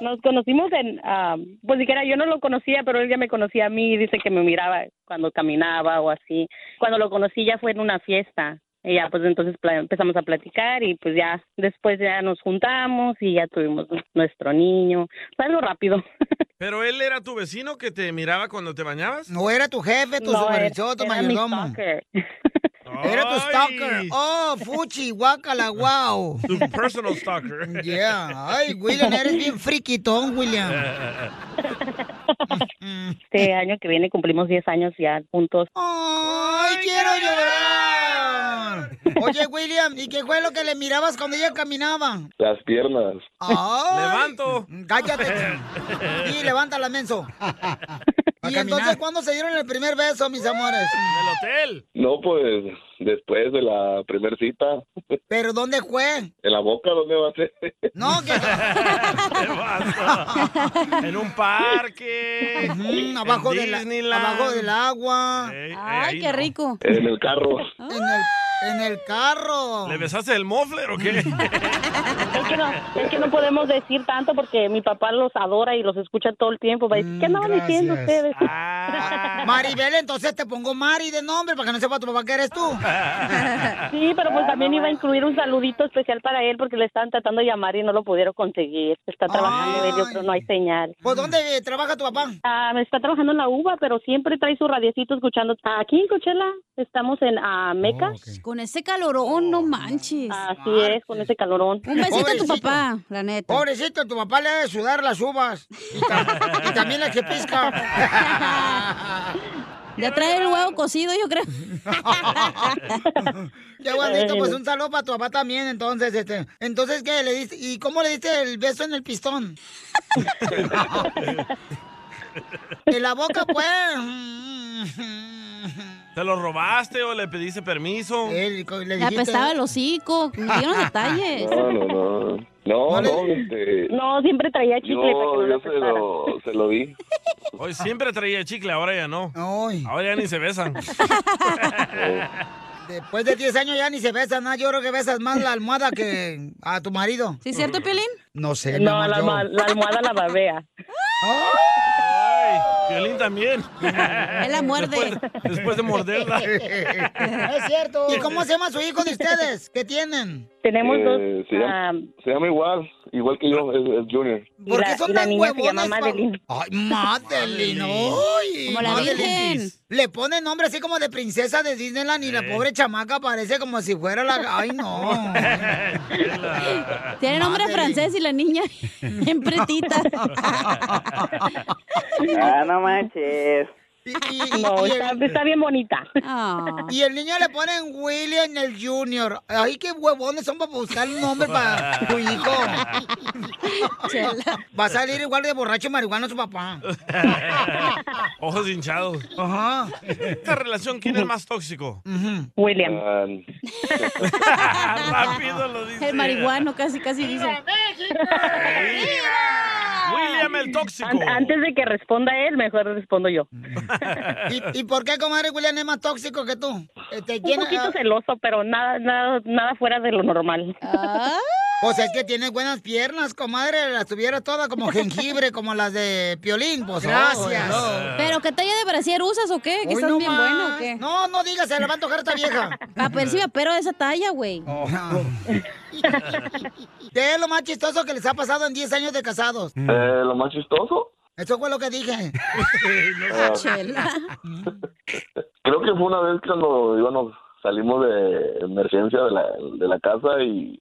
Speaker 22: Nos conocimos en. ah, pues siquiera yo no lo conocía, pero él ya me conocía a mí. Dice que me miraba cuando caminaba o así. Cuando lo conocí ya fue en una fiesta. Y ya, pues entonces pla- empezamos a platicar y pues ya después ya nos juntamos y ya tuvimos nuestro niño. Fue algo rápido.
Speaker 3: ¿Pero él era tu vecino que te miraba cuando te bañabas?
Speaker 2: ¿O era tu jefe, tu
Speaker 22: No, era-
Speaker 2: supervisor, tu
Speaker 22: era mi
Speaker 2: mayordomo?
Speaker 22: stalker.
Speaker 2: Era tu stalker.
Speaker 3: Eh,
Speaker 2: Oh, fuchi, guacala, wow.
Speaker 3: Tu personal stalker.
Speaker 2: Yeah. Ay, William, eres bien friquitón, William.
Speaker 22: Este año que viene cumplimos 10 años ya juntos.
Speaker 2: ¡Ay, quiero llorar! Oye, William, ¿y qué fue lo que le mirabas cuando ella caminaba?
Speaker 8: Las piernas.
Speaker 2: ¡Ay!
Speaker 3: ¡Levanto!
Speaker 2: ¡Cállate! Y levanta la menso. ¿Y entonces cuándo se dieron el primer beso, mis amores?
Speaker 3: Del hotel.
Speaker 8: No, pues después de la primer cita,
Speaker 2: ¿Pero dónde fue?
Speaker 8: en la boca, ¿dónde va a ser?
Speaker 2: No, que...
Speaker 3: en un parque.
Speaker 2: Mm, abajo,
Speaker 3: en
Speaker 2: de la-
Speaker 3: Disneyland.
Speaker 2: abajo del agua.
Speaker 3: Eh, eh,
Speaker 4: Ay,
Speaker 3: ahí
Speaker 4: qué
Speaker 3: no.
Speaker 4: rico.
Speaker 8: En el carro.
Speaker 2: En el, en el carro.
Speaker 3: ¿Le besaste el muffler o qué?
Speaker 22: Es que, no, es que no podemos decir tanto porque mi papá los adora y los escucha todo el tiempo. Va a decir, ¿Qué andaban diciendo ustedes?
Speaker 2: Maribel, entonces te pongo Mari de nombre para que no sepa tu papá que eres tú.
Speaker 22: Sí, pero pues también iba a incluir un saludito especial para él porque le estaban tratando de llamar y no lo pudieron conseguir. Está trabajando él, yo creo no hay señal.
Speaker 2: ¿Por dónde trabaja tu papá?
Speaker 22: Ah, está trabajando en la UVA, pero siempre trae su radiecito escuchando. Aquí en Coachella estamos en ah,
Speaker 3: Oh,
Speaker 22: Meca.
Speaker 4: Con ese calorón, no manches.
Speaker 22: Así es, con ese calorón.
Speaker 4: Un besito a tu papá, la neta.
Speaker 2: Pobrecito, tu papá le ha de sudar las uvas. Y, ta- y también la que pisca.
Speaker 4: Ya trae el huevo cocido, yo creo.
Speaker 2: Ah. Qué bonito, pues un saludo para tu papá también, entonces, este. Entonces, ¿qué le diste? ¿Y cómo le diste el beso en el pistón? en la boca, pues.
Speaker 3: ¿Te lo robaste o le pediste permiso?
Speaker 4: Le apestaba el hocico. Me dieron detalles.
Speaker 8: No, no, no. No, no, este,
Speaker 22: No, siempre traía
Speaker 8: yo,
Speaker 22: chicle para que no lo
Speaker 8: yo se lo, se lo di.
Speaker 3: Hoy siempre traía chicle, ahora ya no.
Speaker 2: Ay.
Speaker 3: Ahora ya ni se besan.
Speaker 2: Después de 10 años ya ni se besan, nada. Yo creo que besas más la almohada que a tu marido.
Speaker 4: ¿Sí es cierto, Piolín?
Speaker 2: No sé,
Speaker 22: No,
Speaker 2: mamá,
Speaker 22: la,
Speaker 2: yo-
Speaker 22: ma- la almohada la babea.
Speaker 3: Ay, Violín también. Él
Speaker 2: la muerde.
Speaker 3: Después, después de morderla.
Speaker 2: Es cierto. ¿Y cómo se llama su hijo de ustedes? ¿Qué tienen?
Speaker 22: Tenemos dos.
Speaker 8: Eh, se, llama,
Speaker 22: ah,
Speaker 8: se llama igual, igual que yo, es, es Junior.
Speaker 22: y la, y la niña se llama Madeline.
Speaker 2: Ay, Madeline, uy,
Speaker 22: Como la
Speaker 2: Madeline.
Speaker 22: Virgen.
Speaker 2: Le ponen nombre así como de princesa de Disneyland y la pobre chamaca parece como si fuera la... Ay, no.
Speaker 4: Tiene nombre
Speaker 2: Madeline.
Speaker 4: francés y la niña bien pretita.
Speaker 9: Ah, no manches.
Speaker 22: No, está- está bien bonita.
Speaker 4: Ah.
Speaker 2: Y el niño le ponen William el Junior. Ay, qué huevones son para buscar un nombre para tu hijo. Va a salir igual de borracho y marihuana su papá.
Speaker 3: Ojos hinchados.
Speaker 2: Ajá.
Speaker 3: Esta relación, ¿quién es más tóxico?
Speaker 22: William.
Speaker 3: Rápido lo dice.
Speaker 4: El marihuano casi, casi dice.
Speaker 3: William el tóxico.
Speaker 22: An- antes de que responda él, mejor respondo yo.
Speaker 2: ¿Y, y por qué, comadre, William es más tóxico que tú? Este,
Speaker 22: Un
Speaker 2: ¿quién-
Speaker 22: poquito
Speaker 2: ah,
Speaker 22: celoso, pero nada, nada, nada fuera de lo normal.
Speaker 4: Ah.
Speaker 2: Pues es que tienes buenas piernas, comadre. Las tuvieras todas como jengibre, como las de Piolín. Pues gracias.
Speaker 4: ¿Pero qué talla de brasier usas o qué? ¿Que
Speaker 2: Hoy
Speaker 4: estás
Speaker 2: no
Speaker 4: bien
Speaker 2: más.
Speaker 4: bueno o qué?
Speaker 2: No, no digas, se la va a antojar esta vieja.
Speaker 4: Ah, pues sí me apero de esa talla, güey.
Speaker 2: Oh. Ah. ¿Qué es lo más chistoso que les ha pasado en 10 años de casados?
Speaker 8: Eh, lo más chistoso,
Speaker 2: Eso fue lo que dije.
Speaker 8: Ah. creo que fue una vez cuando íbamos, salimos de emergencia de la, de la casa y,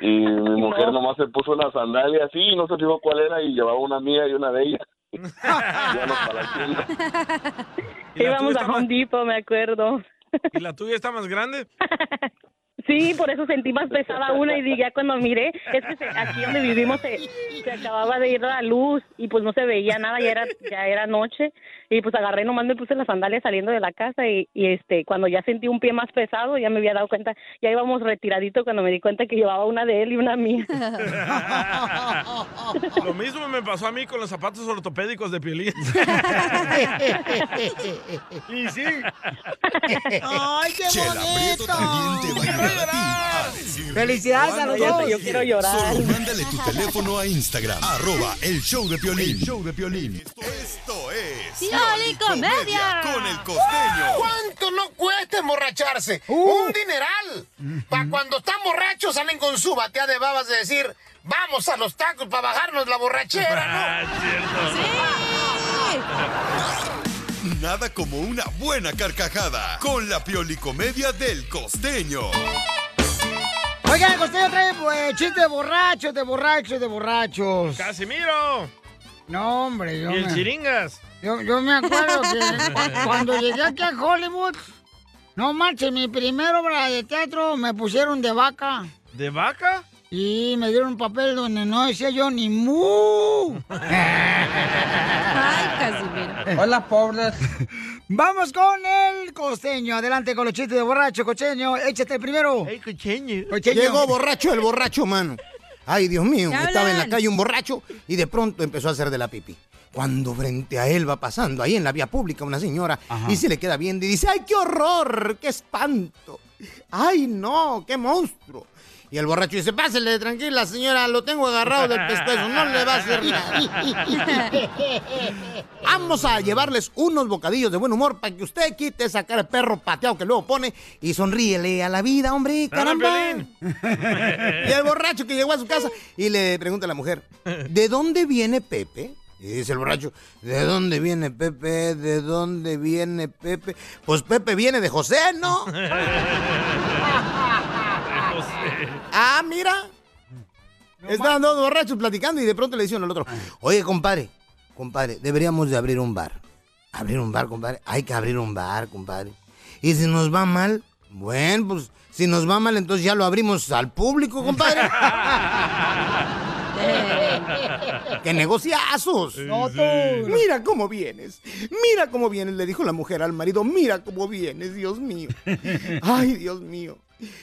Speaker 8: y mi mujer nomás se puso una sandalia así y no se fijó cuál era y llevaba una mía y una de ella. Ya nos para la tienda.
Speaker 22: Íbamos a Home Depot, me acuerdo.
Speaker 3: ¿Y la tuya está más grande?
Speaker 22: Sí, por eso sentí más pesada una y di- ya cuando miré, es que se- aquí donde vivimos se, se acababa de ir la luz y pues no se veía nada, ya era ya era noche y pues agarré nomás me puse las sandalias saliendo de la casa y, y, este cuando ya sentí un pie más pesado ya me había dado cuenta, ya íbamos retiradito cuando me di cuenta que llevaba una de él y una mía.
Speaker 3: Lo mismo me pasó a mí con los zapatos ortopédicos de Piolín.
Speaker 2: y sí. ¡Ay, qué
Speaker 6: Chela Prieto también te va a ayudar a ti a decir
Speaker 2: Felicidades
Speaker 6: cuánto
Speaker 2: a los
Speaker 6: le
Speaker 2: dos.
Speaker 6: quieres.
Speaker 2: Yo quiero llorar.
Speaker 6: Solo mándale tu teléfono a Instagram, arroba el show de Piolín. El show de Piolín. Esto es...
Speaker 11: Comedia.
Speaker 6: Con el costeño.
Speaker 10: ¡Uh! ¿Cuánto no cuesta emborracharse?
Speaker 2: ¡Uh!
Speaker 10: Un dineral. Para cuando están borrachos salen con su batea de babas de decir, vamos a los
Speaker 6: Ah,
Speaker 10: tacos para bajarnos la borrachera, ¿no?
Speaker 11: Ah, cierto.
Speaker 6: Nada como una buena carcajada con la piolicomedia del costeño.
Speaker 2: Oiga, el costeño trae pues, chiste de borrachos, de borrachos, de borrachos.
Speaker 3: ¡Casimiro!
Speaker 2: No, hombre, yo.
Speaker 3: Y el
Speaker 2: me-
Speaker 3: chiringas.
Speaker 2: Yo, yo me acuerdo que cuando llegué aquí a Hollywood, no marche, mi primera obra de teatro me pusieron de vaca.
Speaker 3: ¿De vaca?
Speaker 2: Y me dieron un papel donde no decía yo ni mu. Hola, pobres. Vamos con el costeño. Adelante con los chistes de borracho, costeño. Échate el primero. El
Speaker 3: costeño.
Speaker 13: Llegó borracho el borracho, mano. Ay, Dios mío, estaba en la calle un borracho y de pronto empezó a hacer de la pipí. Cuando frente a él va pasando ahí en la vía pública una señora y se le queda viendo y dice, ay, qué horror, qué espanto. Ay, no, qué monstruo. Y el borracho dice, pásele, tranquila, señora, lo tengo agarrado del pescuezo, no le va a hacer nada. Vamos a llevarles unos bocadillos de buen humor para que usted quite esa cara de perro pateado que luego pone y sonríele a la vida, hombre, caramba. Y el borracho que llegó a su casa y le pregunta a la mujer, ¿de dónde viene Pepe? Y dice el borracho, ¿de dónde viene Pepe? ¿De dónde viene Pepe? Pues Pepe viene de José, ¿no? Ah, mira. Estaban dos borrachos platicando y de pronto le dicen al otro, oye, compadre, compadre, deberíamos de abrir un bar. Abrir un bar, compadre. Hay que abrir un bar, compadre. Y si nos va mal, bueno, pues si nos va mal, entonces ya lo abrimos al público, compadre. ¡Qué negociazos!
Speaker 11: No, tú.
Speaker 13: Mira cómo vienes. Mira cómo vienes, le dijo la mujer al marido. Mira cómo vienes, Dios mío. Ay, Dios mío.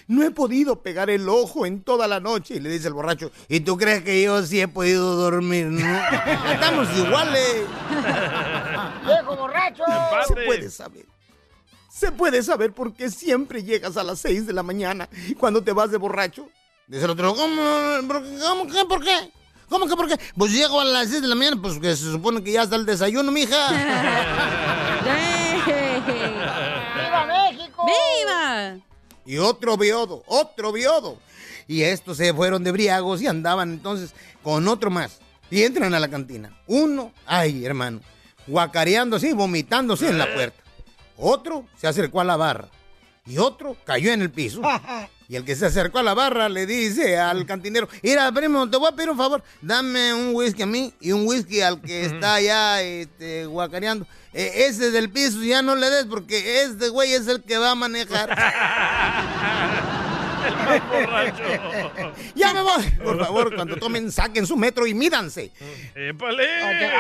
Speaker 13: No he podido pegar el ojo en toda la noche. Y le dice el borracho, ¿y tú crees que yo sí he podido dormir? No? Estamos iguales.
Speaker 2: ¡Viejo borracho!
Speaker 13: Se puede saber. Se puede saber por qué siempre llegas a las 6 de la mañana cuando te vas de borracho. Dice el otro, ¿cómo? ¿Por qué? ¿Cómo que por qué? ¿Cómo que por qué? Pues llego a las 6 de la mañana, pues que se supone que ya está el desayuno, mija.
Speaker 2: ¡Viva México!
Speaker 4: ¡Viva!
Speaker 13: y otro biodo, otro biodo. Y estos se fueron de briagos y andaban entonces con otro más. Y entran a la cantina. Uno, ay hermano, guacareándose y vomitándose en la puerta. Otro se acercó a la barra. Y otro cayó en el piso. Y el que se acercó a la barra le dice al cantinero, mira, primo, te voy a pedir un favor, dame un whisky a mí y un whisky al que está allá este, guacareando. Eh, ese del piso ya no le des porque este güey es el que va a manejar. ya me voy. Por favor, cuando tomen, saquen su metro y mídanse.
Speaker 3: ¡Épale!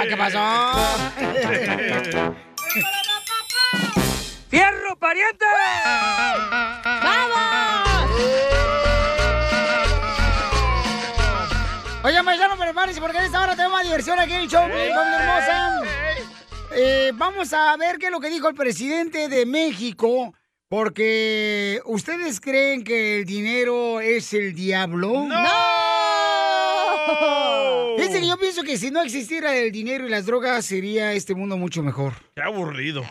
Speaker 13: ¿Qué, pasó?
Speaker 11: ¡Fierro, pariente!
Speaker 2: Oye, maestro, prepárense porque en esta hora tenemos más diversión aquí en el show, mi familia hermosa. Eh, vamos a ver qué es lo que dijo el presidente de México, porque ¿ustedes creen que el dinero es el diablo?
Speaker 3: ¡No!
Speaker 2: Fíjense que yo pienso que si no existiera el dinero y las drogas, sería este mundo mucho mejor.
Speaker 3: ¡Qué aburrido!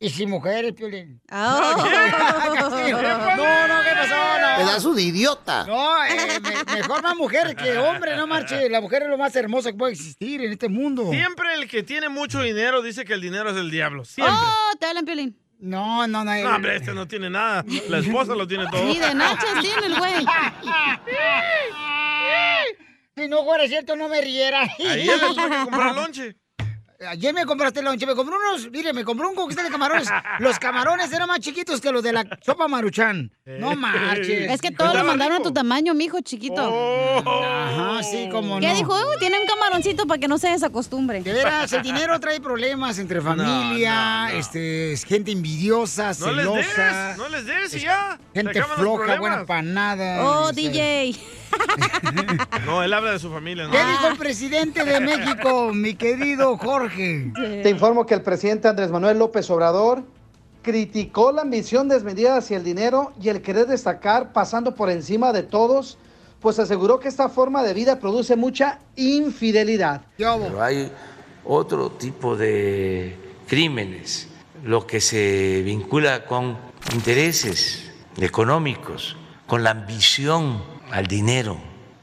Speaker 2: Y sin mujeres, Piolín.
Speaker 11: Ah,
Speaker 2: Oh. No, no, ¿qué pasó? No.
Speaker 13: Pedazo de idiota.
Speaker 2: No, eh, me- mejor más mujer que hombre, no marche. La mujer es lo más hermoso que puede existir en este
Speaker 4: Oh.
Speaker 2: mundo.
Speaker 3: Siempre el que tiene mucho dinero dice que el dinero es el diablo. Siempre.
Speaker 4: ¡Oh! Te hablan, Piolín.
Speaker 2: No, no, eh. no.
Speaker 3: No, hombre, este no tiene nada. La esposa lo tiene todo.
Speaker 4: Ni de nachas tiene el güey.
Speaker 2: Si no fuera cierto, no me riera.
Speaker 3: Ahí ya le tuve que comprar lonche.
Speaker 2: Ayer me compraste lonche, me compró unos, mire, me compró un coquete de camarones. Los camarones eran más chiquitos que los de la sopa maruchan.
Speaker 3: Eh.
Speaker 2: No marches.
Speaker 4: Es que todos lo mandaron a tu tamaño, mijo, chiquito.
Speaker 3: Oh.
Speaker 2: Ajá, sí, como
Speaker 4: ¿Qué
Speaker 2: no.
Speaker 4: dijo? "Oh, tiene un camaroncito para que no se desacostumbre.
Speaker 2: De veras, el dinero trae problemas entre familia, este, es gente envidiosa,
Speaker 3: No les
Speaker 2: celosa.
Speaker 3: des, no les des y ya. Se
Speaker 2: Gente
Speaker 3: acaban los
Speaker 2: floja,
Speaker 3: problemas.
Speaker 2: buena para nada.
Speaker 4: Oh,
Speaker 2: este.
Speaker 4: DJ.
Speaker 3: No, él habla de su familia, ¿no?
Speaker 2: ¿Qué dijo
Speaker 4: Ah.
Speaker 2: el presidente de México, mi querido Jorge?
Speaker 5: Te informo que el presidente Andrés Manuel López Obrador criticó la ambición desmedida hacia el dinero y el querer destacar pasando por encima de todos, pues aseguró que esta forma de vida produce mucha infidelidad.
Speaker 24: Pero hay otro tipo de crímenes, lo que se vincula con intereses económicos, con la ambición al dinero,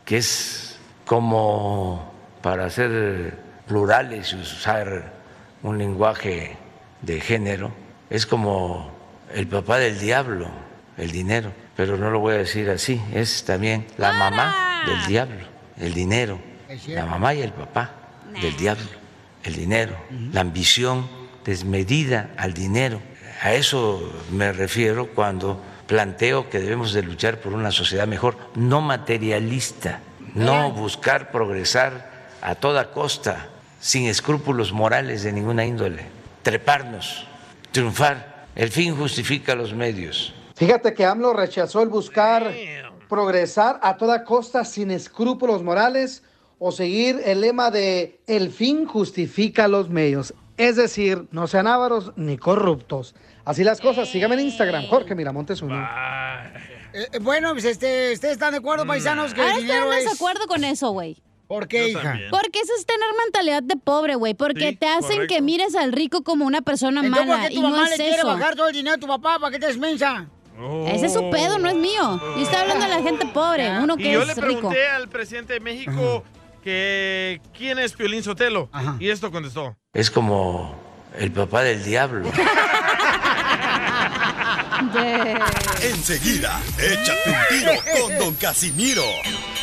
Speaker 24: que es como para ser plurales y usar un lenguaje de género es como el papá del diablo, el dinero, pero no lo voy a decir así, es también la mamá del diablo, el dinero, la mamá y el papá del diablo, el dinero, la ambición desmedida al dinero. A eso me refiero cuando planteo que debemos de luchar por una sociedad mejor, no materialista, no buscar progresar a toda costa, sin escrúpulos morales de ninguna índole, treparnos, triunfar. El fin justifica los medios.
Speaker 5: Fíjate que AMLO rechazó el buscar progresar a toda costa sin escrúpulos morales o seguir el lema de el fin justifica los medios. Es decir, no sean ávaros ni corruptos. Así las cosas. Síganme en Instagram, Jorge Miramontes uno.
Speaker 2: Eh, eh, bueno, pues este, ¿ustedes están de acuerdo, paisanos, que
Speaker 4: Ahora
Speaker 2: el
Speaker 4: estoy en
Speaker 2: dinero es...
Speaker 4: desacuerdo con eso, güey.
Speaker 2: ¿Por qué, hija?
Speaker 4: Porque eso es tener mentalidad de pobre, güey. Porque
Speaker 2: Sí,
Speaker 4: te hacen
Speaker 2: correcto.
Speaker 4: que mires al rico como una persona
Speaker 2: Entonces, ¿por
Speaker 4: mala.
Speaker 2: qué tu
Speaker 4: y no
Speaker 2: mamá
Speaker 4: es
Speaker 2: le quiere
Speaker 4: eso.
Speaker 2: bajar todo el dinero a tu papá? ¿Para qué te desmensa?
Speaker 4: Ese es su pedo, no es mío. Yo estoy hablando de la gente pobre, uno
Speaker 3: Y
Speaker 4: que
Speaker 3: yo
Speaker 4: es
Speaker 3: le
Speaker 4: rico.
Speaker 3: pregunté al presidente de México que quién es Piolín Sotelo. Y esto contestó.
Speaker 24: Es como el papá del diablo.
Speaker 6: Enseguida, échate un tiro con Don Casimiro.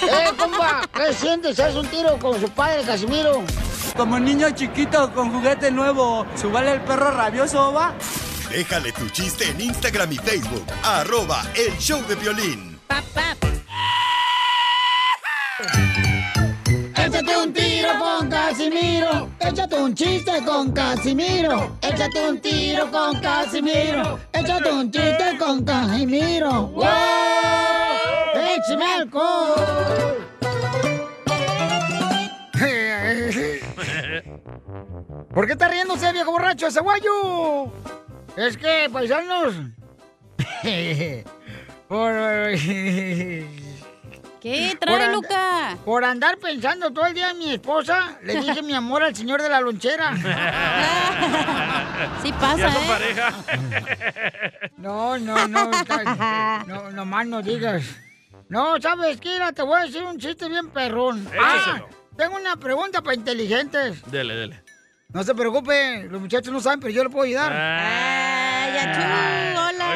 Speaker 7: ¡Eh, compa! ¿Qué sientes? ¿Haz un tiro con su padre, Casimiro? Como niño chiquito con juguete nuevo, ¿subale el perro rabioso, va?
Speaker 6: Déjale tu chiste en Instagram y Facebook. Arroba el show de violín.
Speaker 7: Échate un tiro con Casimiro. Échate un chiste con Casimiro. Échate un tiro con Casimiro. Échate un chiste con Casimiro. ¡Wow! ¡Échame alcohol!
Speaker 2: ¿Por qué está riéndose, viejo borracho, ese guayo? Es que, paisanos... por...
Speaker 4: ¿Qué
Speaker 2: Por
Speaker 4: trae,
Speaker 2: and-
Speaker 4: Luca?
Speaker 2: Por andar pensando todo el día en mi esposa, le dije mi amor al señor de la lonchera.
Speaker 4: Sí pasa,
Speaker 2: Ya son
Speaker 4: ¿eh?
Speaker 2: pareja. No, no, no, ca- no, nomás no digas. No, ¿sabes qué? Mira, Te voy a decir un chiste bien perrón. Ah,
Speaker 3: Échaselo.
Speaker 2: tengo una pregunta para inteligentes.
Speaker 3: Dele, dele.
Speaker 2: No se preocupen, los muchachos no saben, pero yo le puedo ayudar.
Speaker 3: achú, hola.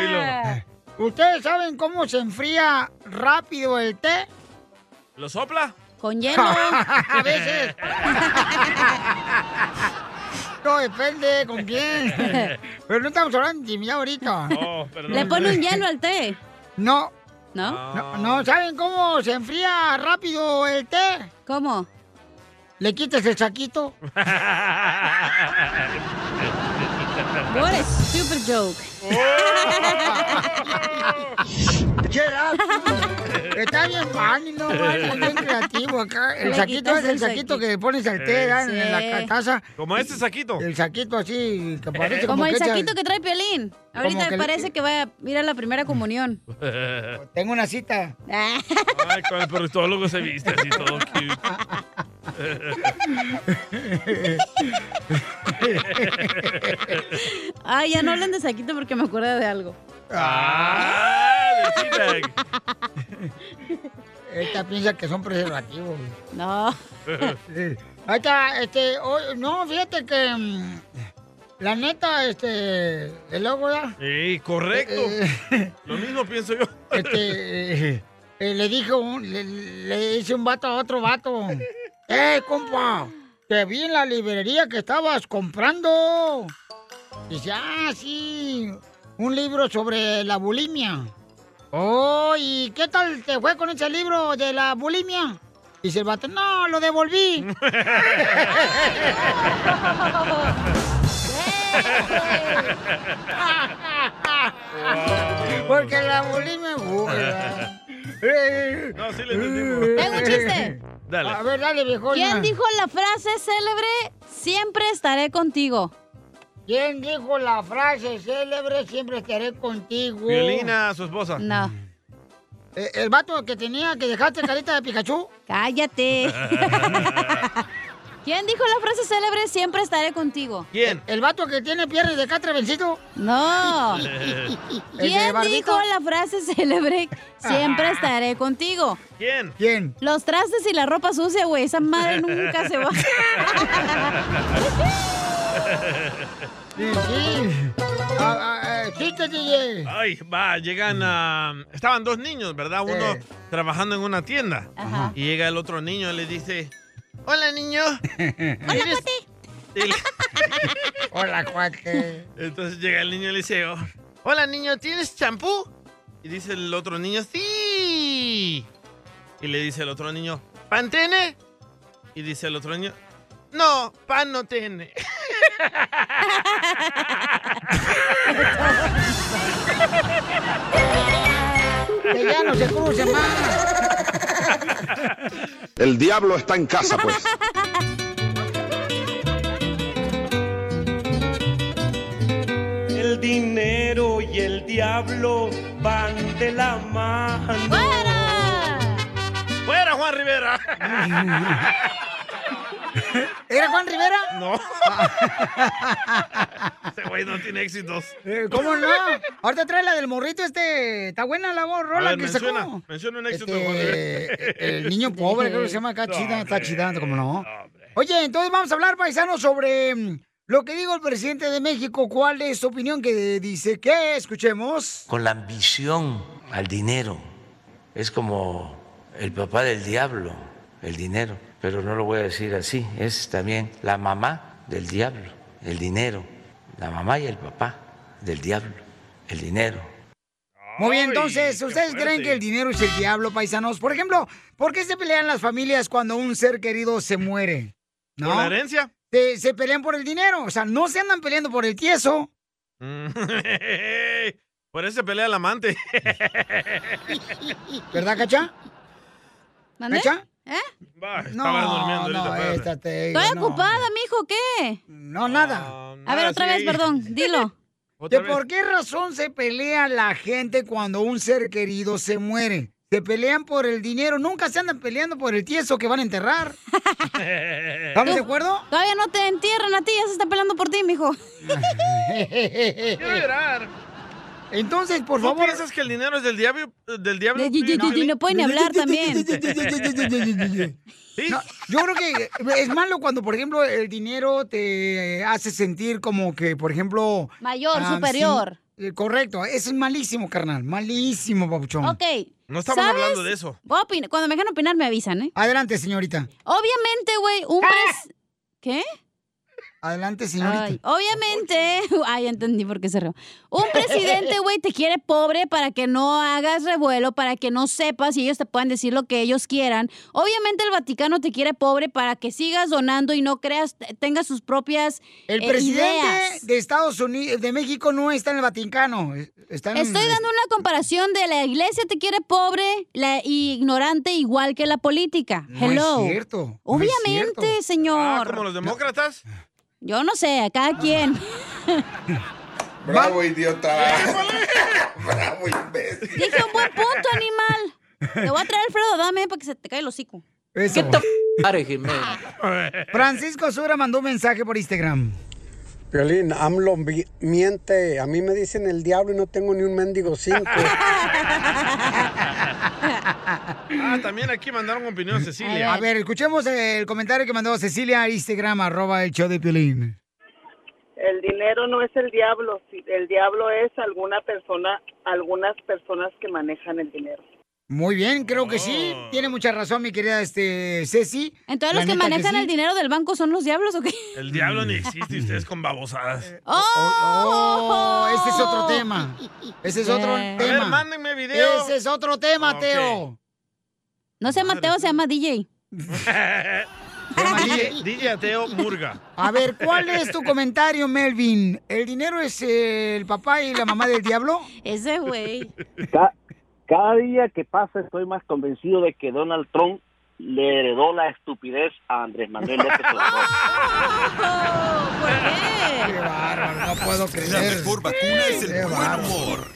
Speaker 2: Eh, ¿Ustedes saben cómo se enfría rápido el té?
Speaker 3: ¿Lo sopla?
Speaker 4: Con
Speaker 2: A veces. No, depende con quién. Pero no estamos hablando de intimidad ahorita.
Speaker 3: Oh, perdón.
Speaker 4: Le pone un hielo al té.
Speaker 2: No.
Speaker 4: ¿No?
Speaker 2: No, no, saben cómo se enfría rápido el té?
Speaker 4: ¿Cómo?
Speaker 2: Le quitas el saquito.
Speaker 4: What a stupid joke.
Speaker 2: Shut up. Está bien funny, no Mario, bien creativo acá. El
Speaker 3: Le
Speaker 2: saquito
Speaker 3: quitas
Speaker 2: es el
Speaker 3: el
Speaker 2: saquito
Speaker 3: saquito.
Speaker 2: que pones al té
Speaker 3: Eh.
Speaker 2: ¿verdad? en
Speaker 3: Sí.
Speaker 2: la taza.
Speaker 3: Como este saquito.
Speaker 2: El saquito así, que parece
Speaker 4: Como el
Speaker 2: que echa-
Speaker 4: saquito que trae Piolín. Ahorita
Speaker 2: que le-
Speaker 4: parece que va a ir a la primera comunión.
Speaker 2: Tengo una cita.
Speaker 3: Ay, con el proctólogo se viste así todo cute.
Speaker 4: Ay, ya no hablen de saquito porque me acuerdo de algo.
Speaker 3: Ah, del teabag.
Speaker 2: Esta piensa que son preservativos.
Speaker 4: No.
Speaker 2: Ahí está, este, hoy- no, fíjate que mm, la neta, este, el logo ya.
Speaker 3: Sí, correcto.
Speaker 4: Eh,
Speaker 3: Lo mismo pienso yo.
Speaker 2: Este, eh, eh, le dijo, un- le, le hice un vato a otro vato. ¡Eh, compa! Te vi en la librería que estabas comprando. Dice, ah, sí, un libro sobre la bulimia. Oh, ¿y qué tal te fue con ese libro de la bulimia? Dice el vato, no, lo devolví. Porque la bulimia...
Speaker 3: No, sí
Speaker 2: Eh.
Speaker 3: le entendimos.
Speaker 4: Tengo un chiste.
Speaker 3: Dale.
Speaker 2: A ver, dale, viejo.
Speaker 4: ¿Quién dijo la frase célebre? Siempre estaré contigo.
Speaker 2: ¿Quién dijo la frase célebre? Siempre estaré contigo.
Speaker 3: Violina, su esposa.
Speaker 4: No.
Speaker 2: Eh, El vato que tenía que dejaste carita de Pikachu.
Speaker 4: Cállate. ¿Quién dijo la frase célebre? Siempre estaré contigo.
Speaker 3: ¿Quién?
Speaker 2: El vato que tiene piernas de catre vencido.
Speaker 4: No. ¿Quién dijo la frase célebre? Siempre estaré contigo.
Speaker 3: ¿Quién?
Speaker 2: Ah. ¿Quién?
Speaker 4: Los trastes y la ropa sucia, güey. Esa madre nunca se va.
Speaker 2: Sí. Ah, ah, eh, chiste, DJ.
Speaker 3: Ay, va, llegan a... Estaban dos niños, ¿verdad? Uno trabajando en una tienda.
Speaker 11: Ajá.
Speaker 3: Y llega el otro niño y le dice... Hola, niño.
Speaker 11: Hola,
Speaker 2: Hola, cuate.
Speaker 3: Entonces llega el niño y le dice... "Oh, Hola, niño, ¿tienes champú? Y dice el otro niño... ¡Sí! Y le dice el otro niño... ¿Pantene? Y dice el otro niño... No, pan no tiene.
Speaker 2: Que ya no se cruce más.
Speaker 14: El diablo está en casa, pues.
Speaker 15: El dinero y el diablo van de la mano.
Speaker 3: ¡Fuera! ¡Fuera, Juan Rivera!
Speaker 2: ¿Era Juan Rivera?
Speaker 3: No. Ese güey no tiene éxitos.
Speaker 2: Eh, ¿Cómo no? Ahorita trae la del morrito este. Está buena la voz,
Speaker 3: A
Speaker 2: Rola,
Speaker 3: ver,
Speaker 2: que
Speaker 3: menciona,
Speaker 2: sacó.
Speaker 3: menciona un éxito.
Speaker 2: Este,
Speaker 3: Juan Rivera.
Speaker 2: El niño pobre, creo que se llama acá, chida, está chidando, como no. Oye, entonces vamos a hablar, paisanos, sobre mm, lo que dijo el presidente de México. ¿Cuál es su opinión que dice que escuchemos?
Speaker 24: con la ambición al dinero. Es como el papá del diablo, el dinero. Pero no lo voy a decir así, es también la mamá del diablo, el dinero. La mamá y el papá del diablo, el dinero.
Speaker 2: Muy bien, entonces, ¿ustedes creen que el dinero es el diablo, paisanos? Por ejemplo, ¿por qué se pelean las familias cuando un ser querido se muere? ¿No?
Speaker 3: ¿Por la herencia?
Speaker 2: Se, se pelean por el dinero, o sea, no se andan peleando por el tieso.
Speaker 3: Por eso se pelea el amante.
Speaker 2: ¿Verdad, Cacha?
Speaker 4: ¿Mandé?
Speaker 2: ¿Cacha?
Speaker 4: ¿Eh?
Speaker 3: Estaba durmiendo ahorita,
Speaker 2: no,
Speaker 3: espérate.
Speaker 2: esta te digo,
Speaker 4: Estoy
Speaker 2: no.
Speaker 4: ocupada, mijo, ¿qué?
Speaker 2: No, nada.
Speaker 4: A ver, otra vez, perdón, dilo.
Speaker 2: Ah, ¿De por qué razón se pelea la gente cuando un ser querido se muere? Se pelean por el dinero, nunca se andan peleando por el tieso que van a enterrar. ¿Estamos de acuerdo?
Speaker 4: Todavía no te entierran a ti, ya se está pelando por ti, mijo.
Speaker 3: Quiero llorar.
Speaker 2: Entonces, por
Speaker 3: ¿Tú
Speaker 4: favor-
Speaker 3: piensas que el dinero es del diablo? Del diablo
Speaker 4: De- de- de- de- no pueden hablar también.
Speaker 2: No, yo creo que es malo cuando, por ejemplo, el dinero te hace sentir como que, por ejemplo...
Speaker 4: Mayor,
Speaker 2: ah,
Speaker 4: superior.
Speaker 2: sí, eh, correcto, eso es malísimo, carnal, malísimo, papuchón.
Speaker 4: Ok. ¿sabes? Voy a opinar- Cuando me dejan opinar, me avisan, ¿eh?
Speaker 2: Adelante, ¡Ah! señorita.
Speaker 4: Obviamente, güey, un pres... ¿Qué?
Speaker 2: Adelante, señorita.
Speaker 4: Ay, obviamente, ay, entendí por qué se rió. Un presidente, güey, te quiere pobre para que no hagas revuelo, para que no sepas y ellos te puedan decir lo que ellos quieran. Obviamente el Vaticano te quiere pobre para que sigas donando y no creas, tengas sus propias
Speaker 2: El
Speaker 4: eh,
Speaker 2: presidente
Speaker 4: ideas.
Speaker 2: de Estados Unidos, de México, no está en el Vaticano. Está en-
Speaker 4: Estoy dando una comparación de la iglesia te quiere pobre la, y ignorante igual que la política.
Speaker 2: No
Speaker 4: Hello.
Speaker 2: es cierto. no es
Speaker 4: Obviamente,
Speaker 2: cierto.
Speaker 4: señor.
Speaker 3: Ah, como los demócratas.
Speaker 4: Yo no sé, a cada quien.
Speaker 16: Bravo, idiota. Bravo, imbécil.
Speaker 4: Dije un buen punto, animal. Te voy a traer Alfredo, dame para que se te caiga el hocico.
Speaker 2: ¿Qué
Speaker 16: Jiménez.
Speaker 2: Francisco Sura mandó un mensaje por Instagram.
Speaker 23: Violín, AMLO mi- miente. A mí me dicen el diablo y no tengo ni un mendigo cinco.
Speaker 3: Ah, también aquí mandaron opinión, Cecilia.
Speaker 2: A ver, escuchemos el comentario que mandó Cecilia a Instagram, arroba el show de Piolín.
Speaker 25: El dinero no es el diablo, si- el diablo es alguna persona, algunas personas que manejan el dinero.
Speaker 2: Muy bien, creo que sí. Tiene mucha razón, mi querida este, Ceci.
Speaker 4: Oh. Entonces,
Speaker 2: La
Speaker 4: los que
Speaker 2: neta
Speaker 4: manejan
Speaker 2: sí.
Speaker 4: el dinero del banco son los diablos o qué?
Speaker 3: El diablo ni existe y ustedes con
Speaker 2: Eh,
Speaker 3: babosadas.
Speaker 2: Oh, ese es otro tema. Ese es otro
Speaker 4: Eh.
Speaker 3: A ver,
Speaker 2: tema.
Speaker 3: mándenme video.
Speaker 2: Ese es otro tema,
Speaker 3: Ok.
Speaker 2: Teo.
Speaker 4: No se Mateo, se llama DJ.
Speaker 3: DJ, DJ Ateo Murga.
Speaker 2: A ver, ¿cuál es tu comentario, Melvin? ¿El dinero es eh, el papá y la mamá del diablo?
Speaker 4: Ese güey.
Speaker 26: Ca- cada día que pasa estoy más convencido de que Donald Trump le heredó la estupidez a Andrés Manuel López Obrador.
Speaker 4: ¡Qué
Speaker 2: bárbaro! No puedo
Speaker 6: La mejor vacuna es el buen humor.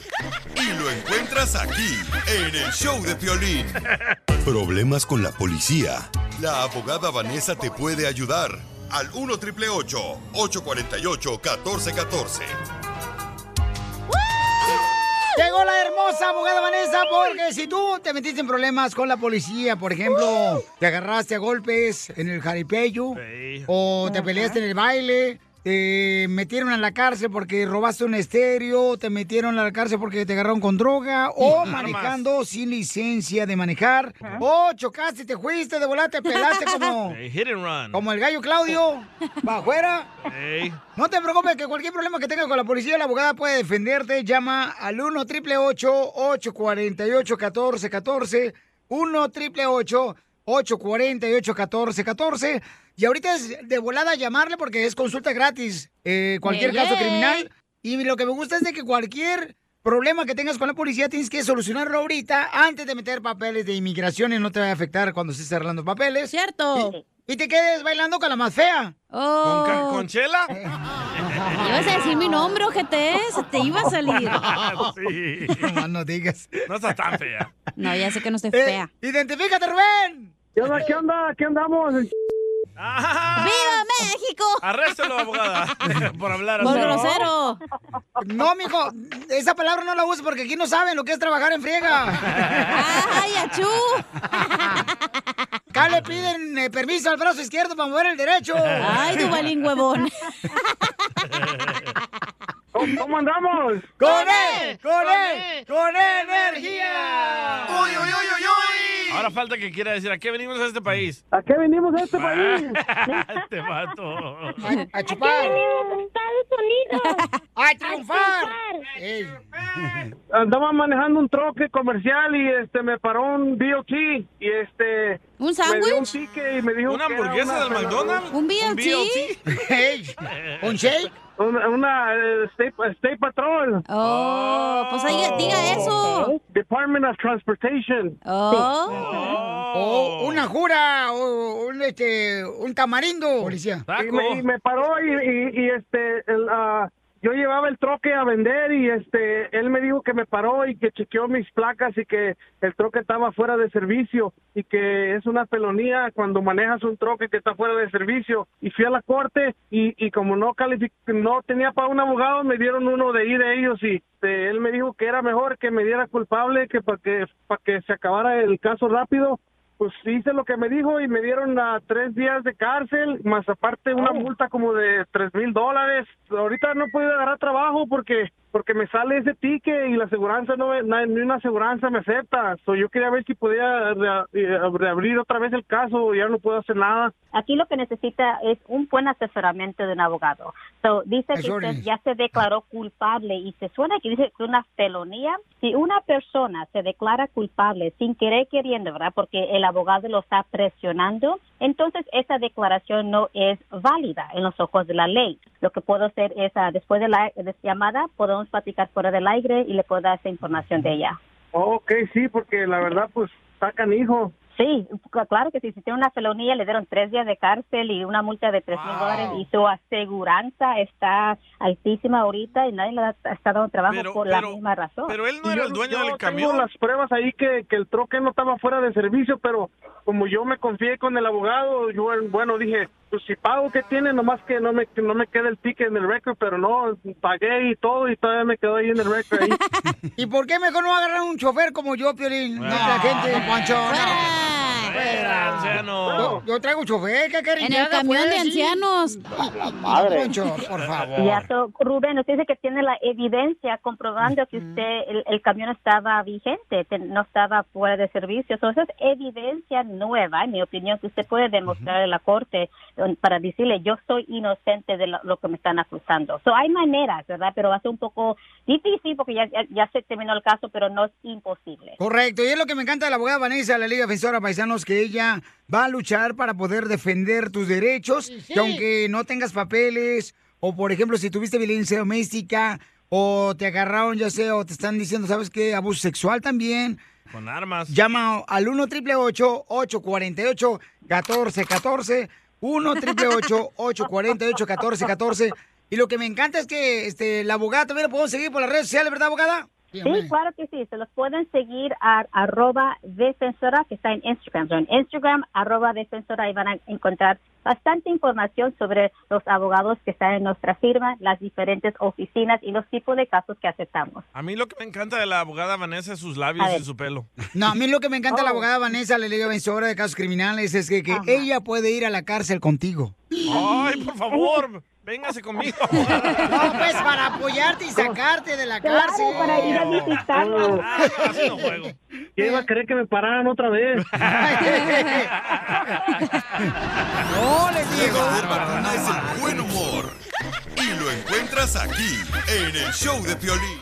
Speaker 6: Y lo encuentras aquí, en el show de Piolín.
Speaker 14: Problemas con la policía.
Speaker 6: La abogada Vanessa te puede ayudar. Al 1 triple 848 1414.
Speaker 2: Llegó la hermosa abogada Vanessa, porque si tú te metiste en problemas con la policía, por ejemplo, te agarraste a golpes en el jaripeyo, o te peleaste en el baile, te metieron a la cárcel porque robaste un estéreo, te metieron a la cárcel porque te agarraron con droga, o
Speaker 7: Armas.
Speaker 2: manejando sin licencia de manejar, o chocaste, te fuiste de volar, te pelaste como,
Speaker 3: Hey, hit and run.
Speaker 2: como el gallo Claudio, para afuera.
Speaker 3: Hey.
Speaker 2: No te preocupes, que cualquier problema que tengas con la policía, la abogada puede defenderte. Llama al 1 888 848 1414 1 888 848 1414 Y ahorita es de volada llamarle porque es consulta gratis. eh, cualquier
Speaker 7: Yeah,
Speaker 2: caso
Speaker 7: yeah.
Speaker 2: criminal. Y lo que me gusta es de que cualquier problema que tengas con la policía tienes que solucionarlo ahorita antes de meter papeles de inmigración y no te va a afectar cuando estés arreglando papeles. Cierto. Y, y te quedes bailando con la más fea.
Speaker 3: ¿Con, ca- con chela?
Speaker 4: Ibas a decir mi nombre, ojete, se te iba a salir.
Speaker 3: sí.
Speaker 2: No, digas.
Speaker 3: No está tan fea.
Speaker 4: No, ya sé que no estoy fea.
Speaker 2: Eh, ¡Identifícate, Rubén!
Speaker 20: ¿Qué onda? ¿Qué onda? ¿Qué Ah, andamos?
Speaker 4: ¡Viva México!
Speaker 3: Arréstelo, abogada, por hablar
Speaker 2: Por
Speaker 3: así.
Speaker 2: grosero. No, mijo, esa palabra no la uses porque aquí no saben lo que es trabajar en friega. ¡Ay, achú! Acá le piden eh, permiso al brazo izquierdo para mover el derecho.
Speaker 4: Ay, Dubalín huevón.
Speaker 20: ¿Cómo, cómo andamos?
Speaker 2: ¡Con él! ¡Con él! ¡Con energía!
Speaker 3: ¡Uy, uy, uy, uy, uy! Ahora falta que quiera decir, ¿a qué venimos a este país? Ah, este
Speaker 20: ¿A qué venimos a este país?
Speaker 3: Te mato.
Speaker 2: ¡A chupar! ¡A triunfar! Ey.
Speaker 20: Andaba manejando un troque comercial y este me paró un DOT y este
Speaker 4: ¿Un
Speaker 20: me dio un
Speaker 4: sándwich?
Speaker 20: ticket y me dijo
Speaker 3: ¿Una
Speaker 20: que era
Speaker 3: hamburguesa
Speaker 20: una
Speaker 3: del
Speaker 20: pelada-
Speaker 3: McDonald's?
Speaker 4: ¿Un BLT?
Speaker 2: ¿Un shake?
Speaker 20: Una, una eh, State, State Patrol. Oh,
Speaker 4: Oh, pues ahí diga eso. Oh.
Speaker 20: Department of Transportation.
Speaker 2: Oh. O una jura, o un, este, un tamarindo, policía.
Speaker 20: Y me, y me paró y, y- y, este, el, ah, yo llevaba el troque a vender y este, él me dijo que me paró y que chequeó mis placas y que el troque estaba fuera de servicio y que es una felonía cuando manejas un troque que está fuera de servicio. Y fui a la corte y, y como no calific- no tenía para un abogado, me dieron uno de ir de ellos y este, él me dijo que era mejor que me diera culpable que para que, para que se acabara el caso rápido pues hice lo que me dijo y me dieron a tres días de cárcel, más aparte una multa como de tres mil dólares. Ahorita no puedo agarrar trabajo porque porque me sale ese ticket y la aseguranza no me- na- ni una aseguranza me acepta. So, yo quería ver si podía rea- eh, reabrir otra vez el caso, ya no puedo hacer nada.
Speaker 21: Aquí lo que necesita es un buen asesoramiento de un abogado. So, dice que
Speaker 20: Assurance.
Speaker 21: usted ya se declaró culpable y se suena que dice que una felonía. Si una persona se declara culpable sin querer queriendo, ¿verdad? Porque el abogado lo está presionando, entonces esa declaración no es válida en los ojos de la ley. Lo que puedo hacer es, ah, después de la de esta llamada, podemos platicar fuera del aire y le puedo dar esa información de ella.
Speaker 20: Ok, sí, porque la verdad pues sacan hijo.
Speaker 21: Sí, cl- claro que sí. Si tiene una felonía, le dieron tres días de cárcel y una multa de tres mil dólares y su aseguranza está altísima ahorita y nadie le ha- está dando trabajo
Speaker 20: Pero-
Speaker 21: por la
Speaker 20: pero-
Speaker 21: misma razón.
Speaker 3: Pero él no era el dueño del
Speaker 20: Tengo
Speaker 3: camión.
Speaker 20: las pruebas ahí que, que el troque no estaba fuera de servicio, pero como yo me confié con el abogado, yo, bueno, dije, pues si pago, ¿qué tiene? Nomás que no me, que no me quede el ticket en el récord, pero no, pagué y todo y todavía me quedó ahí en el récord. ahí.
Speaker 2: ¿Y por qué mejor no agarrar un chofer como yo, Piolín? No, la gente, Ah, no, Poncho, no.
Speaker 3: Fuera, anciano.
Speaker 2: Yo, yo traigo chofer, ¿qué cariño?
Speaker 21: En el camión
Speaker 3: pues.
Speaker 21: de ancianos.
Speaker 2: madre. Poncho, por favor.
Speaker 21: Ya, so, Rubén, usted dice que tiene la evidencia comprobando que usted, el, el camión estaba vigente, te- no estaba fuera de servicio. So, esa es evidencia nueva, en mi opinión, que usted puede demostrar en la corte eh, para decirle, yo soy inocente de lo, lo que me están acusando. So, hay maneras, ¿verdad? Pero va a ser un poco difícil porque ya, ya, ya se terminó el caso, pero no es imposible.
Speaker 2: Correcto, y es lo que me encanta de la abogada Vanessa de la Liga Defensora Paisanos, que ella va a luchar para poder defender tus derechos,
Speaker 7: sí.
Speaker 2: que aunque no tengas papeles, o por ejemplo, si tuviste violencia doméstica, o te agarraron, ya sea, o te están diciendo, ¿sabes qué? Abuso sexual también.
Speaker 3: Con armas.
Speaker 2: Llama al 1 888 848 1414 1 888 848 1414 Y lo que me encanta es que este, la abogada también la podemos seguir por las redes sociales, ¿verdad, abogada?
Speaker 21: Sí, claro que sí. Se los pueden seguir a arroba defensora que está en Instagram. So, en Instagram, arroba defensora, y van a encontrar bastante información sobre los abogados que están en nuestra firma, las diferentes oficinas y los tipos de casos que aceptamos.
Speaker 3: A mí lo que me encanta de la abogada Vanessa es sus labios
Speaker 21: A ver.
Speaker 3: y su pelo.
Speaker 2: No, a mí lo que me
Speaker 11: Oh.
Speaker 2: encanta de la abogada Vanessa, la Liga Vencedora de Casos Criminales, es que, que ella puede ir a la cárcel contigo.
Speaker 3: Ay, por favor. Véngase conmigo.
Speaker 2: No, pues para apoyarte y sacarte de la
Speaker 11: Claro,
Speaker 2: cárcel.
Speaker 11: para ir a visitarlo.
Speaker 20: ¿Quién iba a querer que me pararan otra vez?
Speaker 2: No, les digo.
Speaker 6: vacuna es el buen humor. Y lo encuentras aquí, en el show de Piolín.